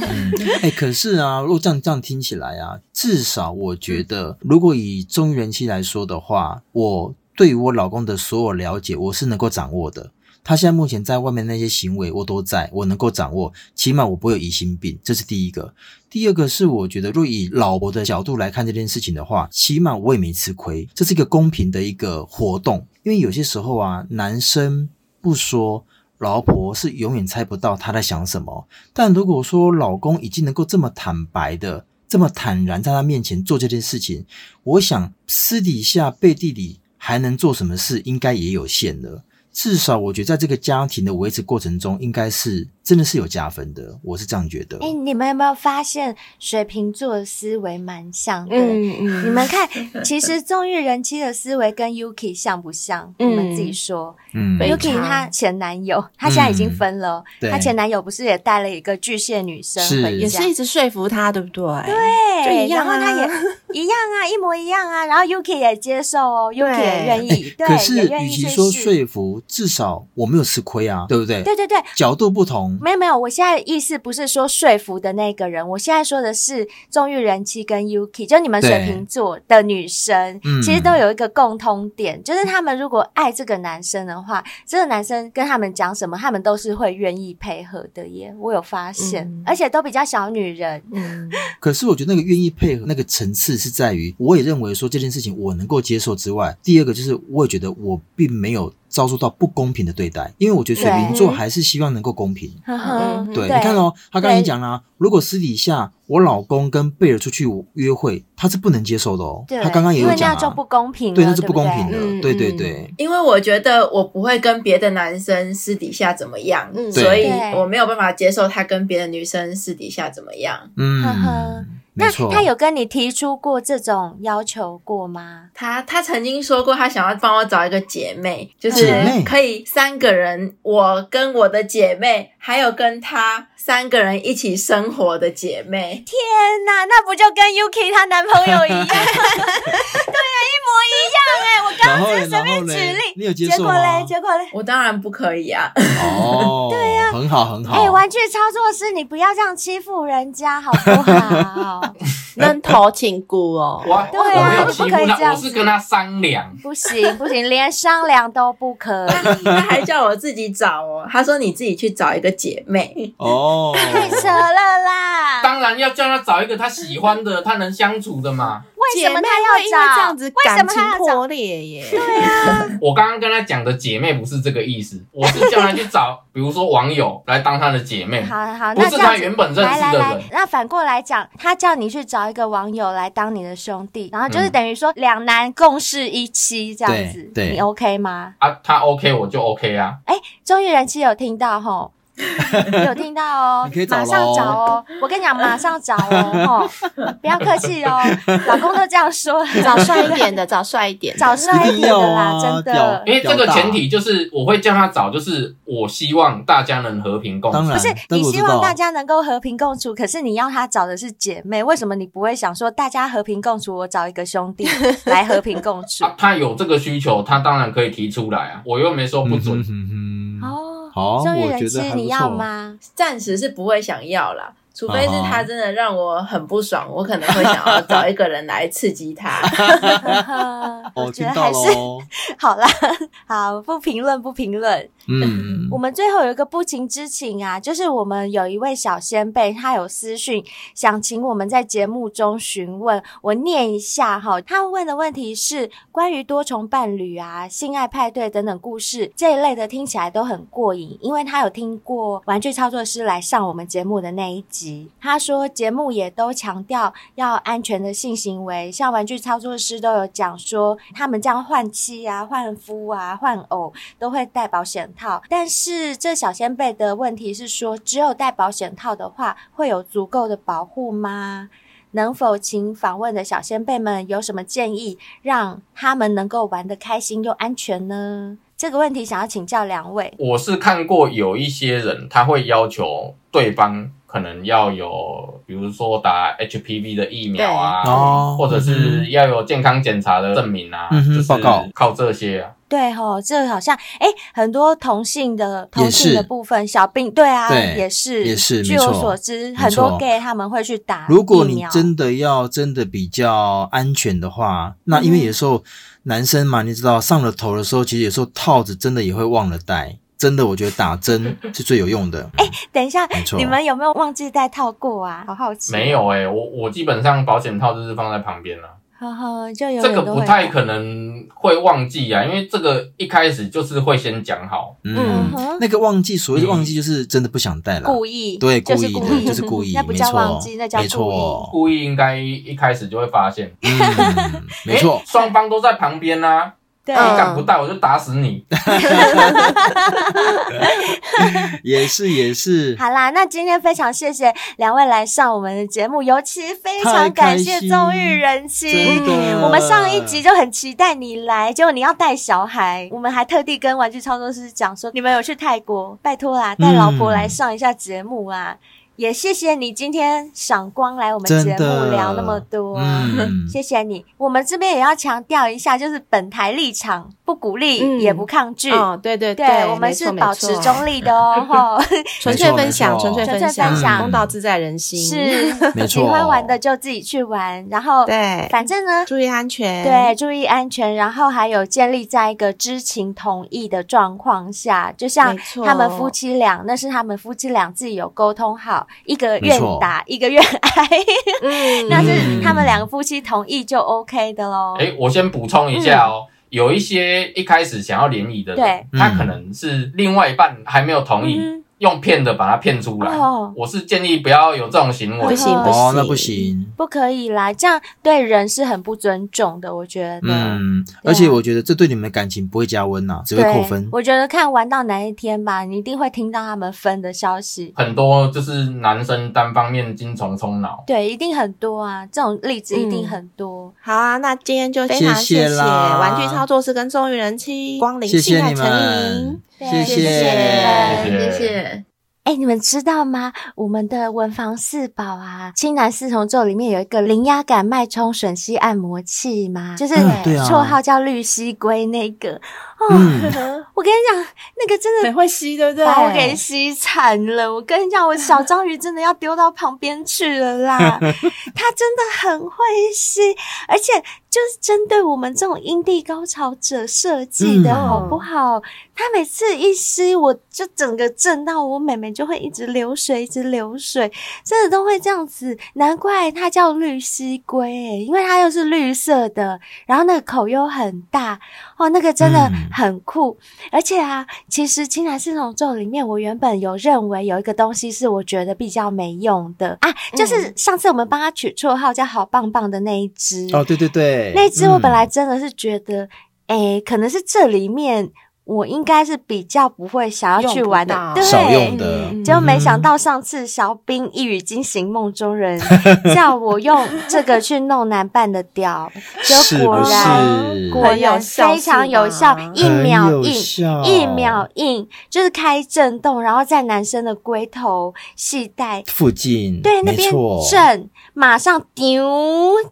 Speaker 2: 嗯，哎，可是啊，如果这样这样听起来啊，至少我觉
Speaker 5: 嗯
Speaker 2: 得，如果以中原期来说的话，我对于我老公的所有了解，我是能够掌握的。他现在目前在外面那些行为，我都在，我能够掌握，起码我不会有疑心病，这是第一个。第二个是我觉得，若以老婆的角度来看这件事情的话，起码我也没吃亏，这是一个公平的一个活动。因为有些时候啊，男生不说，老婆是永远猜不到他在想什么。但如果说老公已经能够这么坦白的、这么坦然在他面前做这件事情，我想私底下背地里还能做什么事，应该也有限了。至少我觉得在这个家庭的维持过程中，应该是真的是有加分的，我是这样觉得。
Speaker 3: 哎、你们有没有发现水瓶座的思维蛮像的？
Speaker 4: 嗯嗯，
Speaker 3: 你们看，其实纵欲人妻的思维跟 Yuki 像不像？
Speaker 4: 嗯
Speaker 3: 你们自己说。
Speaker 2: 嗯，
Speaker 4: 非
Speaker 3: Yuki
Speaker 4: 常嗯
Speaker 3: 她前男友，她现在已经分了哦，
Speaker 2: 对
Speaker 3: 她、前男友不是也带了一个巨蟹女生
Speaker 2: 是
Speaker 3: 回家？
Speaker 4: 也是一直说服他，对不对？
Speaker 3: 对，
Speaker 4: 就一样啊
Speaker 3: 然后她也一样啊， 一模一样啊。然后 Yuki 也接受哦，Yuki 也愿 意，对，
Speaker 2: 可是
Speaker 3: 也愿
Speaker 2: 与
Speaker 3: 意
Speaker 2: 其
Speaker 3: 去
Speaker 2: 说
Speaker 3: 试嗯
Speaker 2: 说服，至少我没有吃亏啊，对不对？
Speaker 3: 对对对，
Speaker 2: 角度不同，
Speaker 3: 没有没有，我现在的意思不是说说服的那个人，我现在说的是纵欲人妻跟 Yuki，就你们
Speaker 2: 对
Speaker 3: 水瓶座的女生
Speaker 2: 嗯，
Speaker 3: 其实都有一个共通点，就是他们如果爱这个男生的话，这个男生跟他们讲什么，他们都是会愿意配合的耶。我有发现，
Speaker 4: 嗯
Speaker 3: 而且都比较小女人，
Speaker 4: 嗯，
Speaker 2: 可是我觉得那个愿意配合那个层次是在于，我也认为说这件事情我能够接受之外，第二个就是我也觉得我并没有遭受到不公平的对待，因为我觉得水瓶座
Speaker 3: 对
Speaker 2: 还是希望能够公平。
Speaker 3: 呵呵，
Speaker 4: 嗯
Speaker 2: 对，你看哦，他刚才讲啦、如果私底下我老公跟贝尔出去约会，他是不能接受的哦。
Speaker 3: 对，
Speaker 2: 他刚刚也
Speaker 3: 因
Speaker 2: 有
Speaker 3: 为那
Speaker 2: 讲
Speaker 3: 样就不
Speaker 2: 啊，
Speaker 3: 公平了，
Speaker 2: 对，
Speaker 3: 对，
Speaker 2: 那是不公平
Speaker 3: 对。
Speaker 2: 的。
Speaker 4: 嗯
Speaker 2: 对对
Speaker 4: 嗯
Speaker 2: 对，
Speaker 5: 因为我觉得我不会跟别的男生私底下怎么样，
Speaker 4: 嗯
Speaker 5: 所以
Speaker 3: 对
Speaker 5: 我没有办法接受他跟别的女生私底下怎么样。
Speaker 3: 呵呵
Speaker 2: 嗯，没
Speaker 3: 那
Speaker 2: 错。
Speaker 3: 他有跟你提出过这种要求过吗？
Speaker 5: 他他曾经说过，他想要帮我找一个姐妹，就是
Speaker 2: 姐妹
Speaker 5: 可以三个人，我跟我的姐妹，还有跟他三个人一起生活的姐妹。
Speaker 3: 天哪，那不就跟 Yuki 她男朋 友一样？对呀、一模一样哎、我刚
Speaker 2: 然
Speaker 3: 刚
Speaker 2: 后
Speaker 3: 只
Speaker 2: 嘞，
Speaker 3: 是
Speaker 2: 然
Speaker 3: 随
Speaker 2: 后
Speaker 3: 便举
Speaker 2: 嘞，
Speaker 3: 例，
Speaker 2: 你有接
Speaker 3: 结
Speaker 2: 受
Speaker 3: 果
Speaker 2: 吗
Speaker 3: 嘞，？结果嘞。
Speaker 5: 我当然不可以啊！
Speaker 2: 哦，对呀，很好很
Speaker 3: 哎、
Speaker 2: 好。
Speaker 3: 玩具操作师，你不要这样欺负人家好 不好？
Speaker 4: 扔头请姑哦，
Speaker 6: 我
Speaker 3: 对啊
Speaker 6: 我没有
Speaker 3: 不
Speaker 6: 欺负
Speaker 3: 可以这
Speaker 6: 他，
Speaker 3: 样
Speaker 6: 我是跟他商量。
Speaker 3: 不行不行，连商量都不可以。
Speaker 5: 他还叫我自己找哦，他说你自己去找一个姐妹。
Speaker 2: 哦，
Speaker 3: 太扯了啦！
Speaker 6: 当然要叫他找一个他喜欢的、他能相处的嘛。
Speaker 3: 为
Speaker 4: 姐
Speaker 3: 什么
Speaker 4: 妹
Speaker 3: 他要
Speaker 4: 会因为
Speaker 3: 找？
Speaker 4: 这样子
Speaker 3: 为什
Speaker 4: 感
Speaker 3: 么
Speaker 4: 情
Speaker 3: 他要找？啊
Speaker 4: 破裂耶？
Speaker 6: 我刚刚跟他讲的姐妹不是这个意思，我是叫他去找， 比如说网友来当他的姐妹，
Speaker 3: 好好，
Speaker 6: 不
Speaker 3: 那
Speaker 6: 是
Speaker 3: 这样
Speaker 6: 他
Speaker 3: 子
Speaker 6: 原本认
Speaker 3: 来
Speaker 6: 识
Speaker 3: 来
Speaker 6: 的
Speaker 3: 来
Speaker 6: 人，。
Speaker 3: 那反过来讲，他叫你去找一个网友来当你的兄弟，然后就是
Speaker 6: 嗯
Speaker 3: 等于说两男共事一妻这样子，
Speaker 2: 对对
Speaker 3: 你 OK 吗？
Speaker 6: 啊，他 OK 我就 OK 啊，
Speaker 3: 终于人妻有听到吼，有听到哦
Speaker 2: 你可以，找
Speaker 3: 马
Speaker 2: 咯
Speaker 3: 上找哦，我跟你讲，马上找哦，吼，不要客气哦，老公都这样说，
Speaker 4: 找帅一点的，找帅一点的，
Speaker 3: 找帅
Speaker 2: 一
Speaker 3: 一点
Speaker 2: 定要
Speaker 3: 的啦，
Speaker 2: 啊
Speaker 3: 真的
Speaker 2: 屌
Speaker 6: 因为这个
Speaker 2: 表达
Speaker 6: 前提就是我会叫他找，就是我希望大家能和平 共
Speaker 2: 当
Speaker 6: 处。
Speaker 2: 然，
Speaker 3: 不是
Speaker 2: 但
Speaker 3: 你
Speaker 2: 我
Speaker 3: 希
Speaker 2: 知道
Speaker 3: 望大家能够和平共处，可是你要他找的是姐妹，为什么你不会想说大家和平共处，我找一个兄 弟来和平共处？
Speaker 6: 啊，他有这个需求，他当然可以提出来啊，我又没说不准。
Speaker 2: 嗯哼哼哼
Speaker 3: 哦，
Speaker 2: 好，
Speaker 3: 终于
Speaker 2: 我
Speaker 3: 人
Speaker 2: 觉
Speaker 3: 妻
Speaker 2: 得还不错。
Speaker 3: 你要吗？
Speaker 5: 暂时是不会想要啦，除非是
Speaker 2: 啊哈
Speaker 5: 他真的让我很不爽，我可能会想要找一个人来刺激他。
Speaker 2: 哦，
Speaker 3: 我觉
Speaker 2: 听
Speaker 3: 得
Speaker 2: 到哦
Speaker 3: 还是
Speaker 2: 喽。
Speaker 3: 好啦，好不评论不评论。
Speaker 2: 嗯
Speaker 3: 我，们最后有一个不情之请啊，就是我们有一位小先辈，他有私讯想请我们在节目中询问，我念一下哈。他问的问题是关于多重伴侣啊、性爱派对等等故事这一类的，听起来都很过瘾，因为他有听过玩具操作师来上我们节目的那一集，他说节目也都强调要安全的性行为，像玩具操作师都有讲说，他们这样换妻啊、换夫啊、换偶都会戴保险套，但是这小先辈的问题是说，只有戴保险套的话，会有足够的保护吗？能否请访问的小先辈们有什么建议，让他们能够玩得开心又安全呢？这个问题想要请教两位。
Speaker 6: 我是看过有一些人，他会要求对方可能要有，比如说打 HPV 的疫苗啊，
Speaker 2: 对哦
Speaker 6: 或者是要有健康检查的证明啊，
Speaker 2: 嗯哼
Speaker 6: 就是
Speaker 2: 报告
Speaker 6: 靠这些啊。
Speaker 3: 对吼，这好像哎，很多同性的同
Speaker 2: 也是
Speaker 3: 性的部分小病，对啊，
Speaker 2: 对
Speaker 3: 也是
Speaker 2: 也是
Speaker 3: 据
Speaker 2: 没
Speaker 3: 我
Speaker 2: 错
Speaker 3: 所知，
Speaker 2: 没
Speaker 3: 很多
Speaker 2: 错
Speaker 3: gay 他们会去打
Speaker 2: 如果
Speaker 3: 疫
Speaker 2: 你
Speaker 3: 苗
Speaker 2: 真的要真的比较安全的话，那
Speaker 3: 嗯
Speaker 2: 因为有时候男生嘛，你知道上了头的时候，其实有时候套子真的也会忘了戴。真的，我觉得打针是最有用 的。哎，
Speaker 3: 等一下
Speaker 2: 没，错
Speaker 3: 你们有没有忘记带套过啊？好好奇，
Speaker 6: 欸没有诶、我我基本上保险套就是放在旁边了、啊
Speaker 3: 呵呵，就有
Speaker 6: 这个不太可能会忘记啊，因为这个一开始就是会先讲好，
Speaker 3: 嗯
Speaker 2: 嗯，
Speaker 3: 哼
Speaker 2: 那个忘记，所谓的忘记就是真的不想带了，
Speaker 3: 故意，
Speaker 2: 对，故
Speaker 3: 就是
Speaker 2: 意
Speaker 3: 故
Speaker 2: 的， 就是故意，
Speaker 3: 那不
Speaker 2: 没
Speaker 3: 叫忘
Speaker 2: 错
Speaker 3: 记，那，叫
Speaker 2: 没
Speaker 3: 故
Speaker 2: 错，
Speaker 6: 故意应该一开始就会发现，
Speaker 2: 嗯，没
Speaker 6: 诶
Speaker 2: 错，
Speaker 6: 双方都在旁边呐、
Speaker 3: 意，对，
Speaker 6: 你敢不带我就打死你。
Speaker 2: 也是也是，
Speaker 3: 好啦，那今天非常谢谢两位来上我们的节目，尤其非常
Speaker 2: 太开
Speaker 3: 感谢
Speaker 2: 心
Speaker 3: 纵欲人妻
Speaker 2: 真。的，
Speaker 3: 我们上一
Speaker 2: 嗯
Speaker 3: 集就很期待你来，结果你要带小孩，我们还特地跟玩具操作师讲说，你们有去泰国，拜托啦，带老婆来上一下节目啊！也谢谢你今天赏光来我们节
Speaker 2: 真
Speaker 3: 目
Speaker 2: 的
Speaker 3: 聊那么多，啊
Speaker 2: 嗯
Speaker 3: 谢谢你。我们这边也要强调一下，就是本台立场不鼓励、
Speaker 4: 嗯
Speaker 3: 也不抗拒。
Speaker 4: 哦，对对
Speaker 3: 对，我们
Speaker 4: 没错
Speaker 3: 是
Speaker 4: 没
Speaker 3: 保
Speaker 4: 错
Speaker 3: 持中立的哦， 吼，
Speaker 4: 纯粹分享，
Speaker 2: 没错
Speaker 4: 纯
Speaker 2: 没
Speaker 4: 粹
Speaker 2: 错
Speaker 3: 纯
Speaker 4: 分
Speaker 3: 粹分
Speaker 4: 享，
Speaker 3: 享
Speaker 4: 公道自在人心。，
Speaker 3: 是
Speaker 2: 没
Speaker 3: 喜
Speaker 2: 错，
Speaker 3: 欢玩的就自己去玩，然后
Speaker 4: 对，
Speaker 3: 反正呢，
Speaker 4: 注意安全。
Speaker 3: 对，，注意安全，然后还有建立在一个知情同意的状况下，就像
Speaker 4: 没错
Speaker 3: 他们夫妻俩，那是他们夫妻俩自己有沟通好，一个
Speaker 2: 没
Speaker 3: 愿
Speaker 2: 错
Speaker 3: 打，一个愿挨，
Speaker 4: 嗯，
Speaker 3: 那是他们两个夫妻同意就 OK 的喽。
Speaker 6: 哎、我先补充一下哦。有一些一开始想要联谊的
Speaker 3: 对
Speaker 6: 人，他可能是另外一半还没有同意，
Speaker 3: 嗯
Speaker 6: 用骗的把他骗出来。
Speaker 3: 哦
Speaker 6: 我是建议不要有这种行为
Speaker 4: 不。行不
Speaker 2: 哦
Speaker 4: 行，，
Speaker 2: 那不。行。
Speaker 3: 嗯不可以啦，这样对人是很不尊重的，我觉得。
Speaker 2: 嗯，而且我觉得这对你们的感情不会加温呐、只会
Speaker 3: 对
Speaker 2: 扣分，。
Speaker 3: 我觉得看玩到哪一天吧，你一定会听到他们分的消息。
Speaker 6: 很多就是男生单方面精虫充脑，
Speaker 3: 对，一定很多啊，这种例子一定
Speaker 4: 嗯
Speaker 3: 很多。
Speaker 4: 好啊，那今天就非常
Speaker 2: 谢谢
Speaker 4: 谢
Speaker 2: 啦
Speaker 4: 玩具操作师跟终于人妻光临
Speaker 2: 谢
Speaker 4: 性
Speaker 2: 谢
Speaker 4: 爱
Speaker 2: 你
Speaker 4: 成
Speaker 2: 们
Speaker 4: 瘾。，
Speaker 3: 啊对
Speaker 2: 谢
Speaker 3: 谢哦谢
Speaker 5: 谢
Speaker 6: 你们谢
Speaker 5: 谢
Speaker 6: 谢。
Speaker 3: 哎，你们知道吗？我们的文房四宝啊，《青南四重奏》里面有一个零压感脉冲吮吸按摩器嘛，就是
Speaker 2: 嗯对啊
Speaker 3: 绰号叫绿蜥龟那个。哦，
Speaker 2: 嗯
Speaker 3: 我跟你讲，那个真 的
Speaker 4: 很会吸，对不对？
Speaker 3: 把我给吸惨了。我跟你讲，我小章鱼真的要丢到旁边去了啦！它真的很会吸，而且就是针对我们这种阴蒂高潮者设计的，
Speaker 2: 嗯
Speaker 3: 好不好？它每次一吸，我就整个震到我妹妹就会一直流水，一直流水，真的都会这样子。难怪它叫绿蜥龟、欸，因为它又是绿色的，然后那个口又很大，哦，那个真的
Speaker 2: 嗯
Speaker 3: 很酷。而且啊，其实《青蓝四重奏》里面，我原本有认为有一个东西是我觉得比较没用的啊，
Speaker 2: 嗯
Speaker 3: 就是上次我们帮他取绰号叫“好棒棒”的那一只。
Speaker 2: 哦，对对对，
Speaker 3: 那一只我
Speaker 2: 嗯
Speaker 3: 本来真的是觉得，诶、可能是这里面我应该是比较不会想要去玩的
Speaker 4: 用，不
Speaker 3: 对，
Speaker 4: 到
Speaker 2: 少用的，
Speaker 4: 嗯
Speaker 3: 结果没想到上次小兵一语惊醒梦中 人，叫我用这个去弄男伴的屌，
Speaker 2: 是
Speaker 3: 结果
Speaker 2: 不
Speaker 3: 果然
Speaker 2: 是？
Speaker 3: 果然
Speaker 4: 有效
Speaker 3: 非常
Speaker 4: 是
Speaker 3: 有
Speaker 4: 吧
Speaker 3: 效，一
Speaker 2: 很
Speaker 3: 秒
Speaker 2: 有
Speaker 3: 硬，
Speaker 2: 效
Speaker 3: 一秒硬就是开震动，然后在男生的龟头系带。
Speaker 2: 附近，
Speaker 3: 对，那
Speaker 2: 没
Speaker 3: 边
Speaker 2: 错，
Speaker 3: 震，马上丢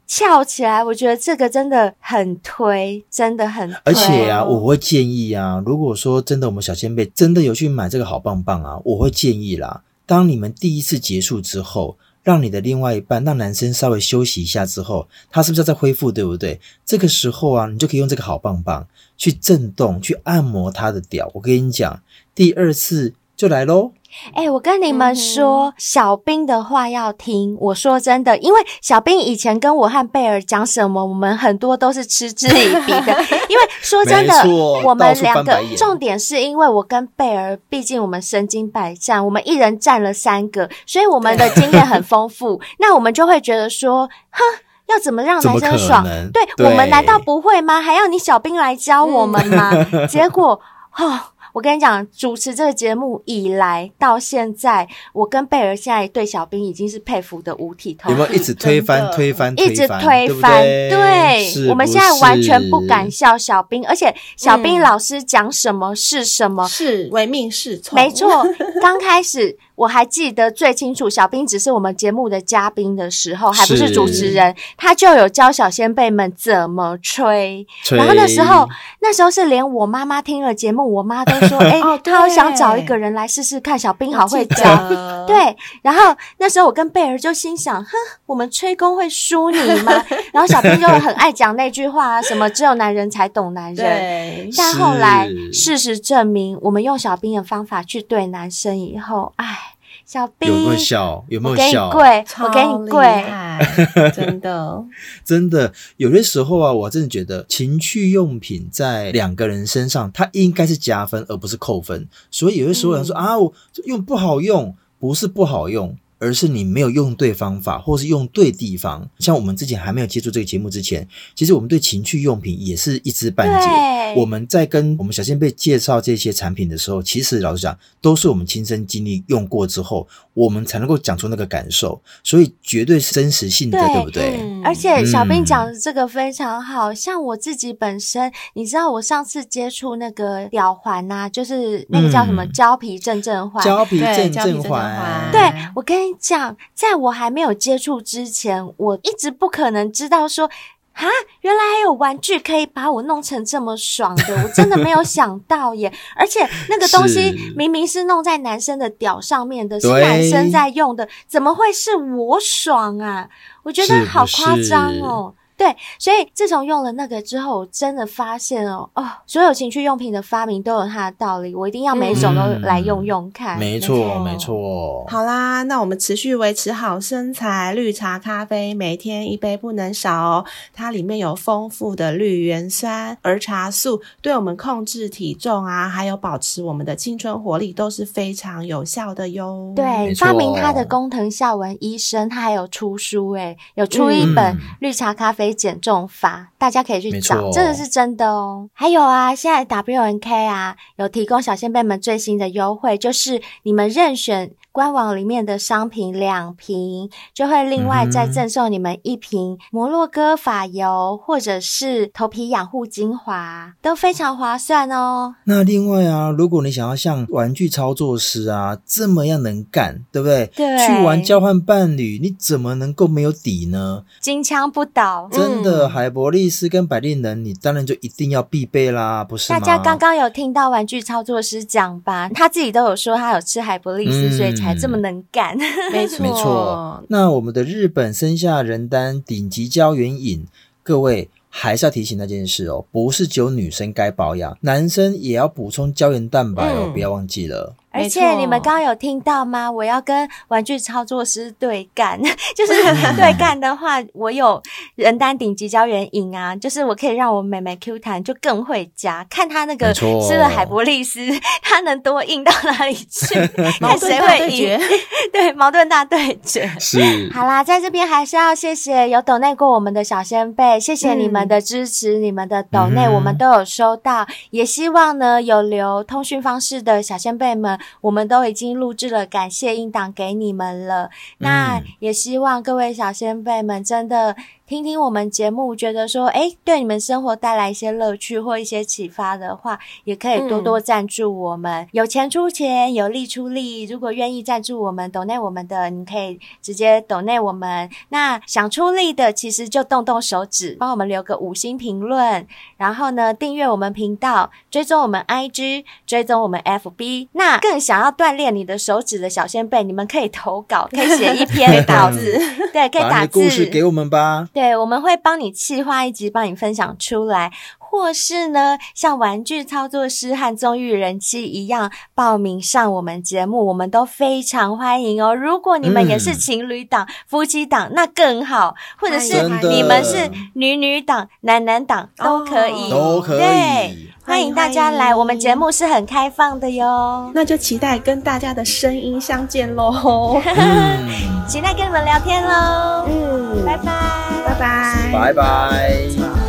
Speaker 3: 翘起来，我觉得这个真的很推，真的很推。
Speaker 2: 而且啊，我会建议啊，如果说真的我们小先辈真的有去买这个好棒棒啊，我会建议啦，当你们第一次结束之后，让你的另外一半，让男生稍微休息一下之后，他是不是要再恢复，对不对？这个时候啊，你就可以用这个好棒棒去震动、去按摩他的屌。我跟你讲，第二次就来喽。
Speaker 3: 哎、我跟你们说，小兵的话要听。我说真的，因为小兵以前跟我和贝尔讲什么，我们很多都是嗤之以鼻的。因为说真的
Speaker 2: 没，错
Speaker 3: 我们
Speaker 2: 到处
Speaker 3: 两
Speaker 2: 翻
Speaker 3: 个
Speaker 2: 白眼
Speaker 3: 重点是因为我跟贝尔，毕竟我们身经百战，我们一人占了三个，所以我们的经验很丰 富。那我们就会觉得说，哼。要怎么让
Speaker 2: 怎么
Speaker 3: 男
Speaker 2: 可
Speaker 3: 生爽？
Speaker 2: 能？
Speaker 3: 对我们难道不会吗？还要你小兵来教我们吗？结果，哦，我跟你讲，主持这个节目以来到现在，我跟贝尔现在对小兵已经是佩服的五体投
Speaker 2: 有没
Speaker 3: 地。
Speaker 2: 有一直推翻
Speaker 5: 真、的
Speaker 2: 推翻、
Speaker 3: 一直
Speaker 2: 翻
Speaker 3: 推
Speaker 2: 对不
Speaker 3: 翻，
Speaker 2: 对是
Speaker 3: 我们
Speaker 2: 不
Speaker 3: 现在完全不
Speaker 2: 是
Speaker 3: 敢笑小兵，而且小兵
Speaker 4: 嗯
Speaker 3: 老师讲什么是什么，
Speaker 4: 是唯命是从，
Speaker 3: 没错，刚开始我还记得最清楚，小兵只是我们节目的嘉宾的时候，还不是
Speaker 2: 是
Speaker 3: 主持人，他就有教小先辈们怎么吹。
Speaker 2: 吹
Speaker 3: 然后那时候，那时候是连我妈妈听了节目，我妈都说：“哎、
Speaker 4: 哦对
Speaker 3: 她好想找一个人来试试看。”小兵好会
Speaker 4: 记
Speaker 3: 教。
Speaker 4: 得
Speaker 3: 对，然后那时候我跟贝儿就心想，哼，我们吹功会输你 吗？然后小兵就很爱讲那句话、啊，什么只有男人才懂男人，
Speaker 4: 对，
Speaker 3: 但后来
Speaker 2: 是
Speaker 3: 事实证明，我们用小兵的方法去对男生以后，哎，小 B，
Speaker 2: 有没有笑？有没有
Speaker 3: 我给
Speaker 2: 笑
Speaker 3: 你？跪，我
Speaker 4: 超
Speaker 3: 给你
Speaker 4: 厉
Speaker 3: 跪，
Speaker 4: 害， 真的。
Speaker 2: 真的，有些时候啊，我真的觉得情趣用品在两个人身上，它应该是加分而不是扣分。所以有些时候人说、啊，我用不好用，不是不好用。而是你没有用对方法，或是用对地方。像我们之前还没有接触这个节目之前，其实我们对情趣用品也是一知半解。
Speaker 3: 对，
Speaker 2: 我们在跟我们小仙贝介绍这些产品的时候，其实老实讲，都是我们亲身经历用过之后，我们才能够讲出那个感受，所以绝对是真实性的，对不对？
Speaker 5: 嗯
Speaker 3: 而且小
Speaker 2: 嗯
Speaker 3: 兵讲的这个非常好，像我自己本身，你知道我上次接触那个吊环呐、就是那个叫什么
Speaker 2: 嗯
Speaker 3: 胶皮正正环。
Speaker 2: 胶皮
Speaker 4: 对
Speaker 2: 正
Speaker 4: 胶皮
Speaker 2: 正
Speaker 4: 正
Speaker 2: 环
Speaker 4: 环，
Speaker 3: 对，我跟你讲，在我还没有接触之前，我一直不可能知道说，啊，原来还有玩具可以把我弄成这么爽的，我真的没有想到耶！而且那个东西
Speaker 2: 是
Speaker 3: 明明是弄在男生的屌上面的，是
Speaker 2: 对
Speaker 3: 男生在用的，怎么会是我爽啊？我觉
Speaker 2: 是
Speaker 3: 得
Speaker 2: 不
Speaker 3: 好夸张
Speaker 2: 是
Speaker 3: 哦。对，所以自从用了那个之后，我真的发现哦，哦，所有情趣用品的发明都有它的道理，我一定要每一种
Speaker 2: 嗯
Speaker 3: 都来用用看。
Speaker 2: 没错，没
Speaker 4: 没错
Speaker 2: 错。
Speaker 4: 好啦，那我们持续维持好身材，绿茶咖啡每天一杯不能少哦。它里面有丰富的绿原酸、儿茶素，对我们控制体重啊，还有保持我们的青春活力都是非常有效的哟。
Speaker 2: 嗯没
Speaker 3: 对，发明它的
Speaker 2: 错
Speaker 3: 工藤孝文医生，他还有出书诶、有出一本
Speaker 2: 嗯
Speaker 3: 《绿茶咖啡减重法》，大家可以去
Speaker 2: 没
Speaker 3: 找，
Speaker 2: 错
Speaker 3: 这个是真的哦。还有啊，现在 WNK 啊有提供小先辈们最新的优惠，就是你们任选官网里面的商品两瓶，就会另外
Speaker 2: 嗯
Speaker 3: 再
Speaker 2: 哼
Speaker 3: 赠送你们一瓶摩洛哥发油或者是头皮养护精华，都非常划算哦。
Speaker 2: 那另外啊，如果你想要像玩具操作师啊这么样能干，对不对？
Speaker 3: 对
Speaker 2: 去玩交换伴侣，你怎么能够没有底呢？
Speaker 3: 金枪不倒。
Speaker 2: 真的，海博利斯跟百利能，你当然就一定要必备啦，不是
Speaker 3: 大
Speaker 2: 吗？
Speaker 3: 家刚刚有听到玩具操作师讲吧，他自己都有说他有吃海博利斯，
Speaker 2: 嗯
Speaker 3: 所以才这么能干。
Speaker 4: 没错，
Speaker 2: 没错。那我们的日本生下人丹顶级胶原饮，各位还是要提醒那件事哦，不是只有女生该保养，男生也要补充胶原蛋白哦，
Speaker 4: 嗯
Speaker 2: 不要忘记了。
Speaker 3: 而
Speaker 4: 没错
Speaker 3: 且你们刚刚有听到吗？我要跟玩具操作师对干，就是
Speaker 2: 嗯
Speaker 3: 对干的话，我有人丹顶级胶原饮啊，就是我可以让我妹妹 Q 弹就更会加，看她那
Speaker 2: 没
Speaker 3: 个
Speaker 2: 错
Speaker 3: 吃了海博利斯，她能多硬到哪里去， 看
Speaker 4: 矛
Speaker 3: 谁
Speaker 4: 盾大
Speaker 3: 会
Speaker 4: 对
Speaker 3: 赢
Speaker 4: 决。。
Speaker 3: 对，矛盾大对决。
Speaker 2: 是
Speaker 3: 好啦，在这边还是要谢谢有抖内过我们的小先辈，谢谢你们的支持，你们的抖内
Speaker 2: 嗯哼
Speaker 3: 我们都有收到，也希望呢有留通讯方式的小先辈们，我们都已经录制了感谢音档给你们了。那
Speaker 2: 嗯
Speaker 3: 也希望各位小先辈们真的听听我们节目，觉得说，诶，对你们生活带来一些乐趣或一些启发的话，也可以多多赞助我们，有钱出钱，有力出力。如果愿意赞助我们、抖内我们的，你可以直接抖内我们。那想出力的，其实就动动手指，帮我们留个五星评论，然后呢，订阅我们频道，追踪我们 IG，追踪我们 FB。那更想要锻炼你的手指的小先辈，你们可以投稿，可以写一 篇稿子，对，可以
Speaker 2: 嗯把
Speaker 3: 打
Speaker 2: 你的
Speaker 3: 字。
Speaker 2: 故事给我们吧。
Speaker 3: 对，我们会帮你企划一集，帮你分享出来，或是呢，像玩具操作师和综艺人妻一样，报名上我们节目，我们都非常欢迎哦。如果你们也是
Speaker 2: 嗯
Speaker 3: 情侣档、夫妻档，那更好，或者是
Speaker 2: 真的
Speaker 3: 你们是女女档、男男档都可以，
Speaker 2: 都可以
Speaker 3: 对。欢迎大家来，我们节目是很开放的哟，
Speaker 4: 那就期待跟大家的声音相见 喽。
Speaker 2: 嗯，
Speaker 3: 期待跟你们聊天喽，
Speaker 4: 嗯，
Speaker 3: 拜
Speaker 4: 拜
Speaker 3: 拜
Speaker 4: 拜。
Speaker 2: 拜拜。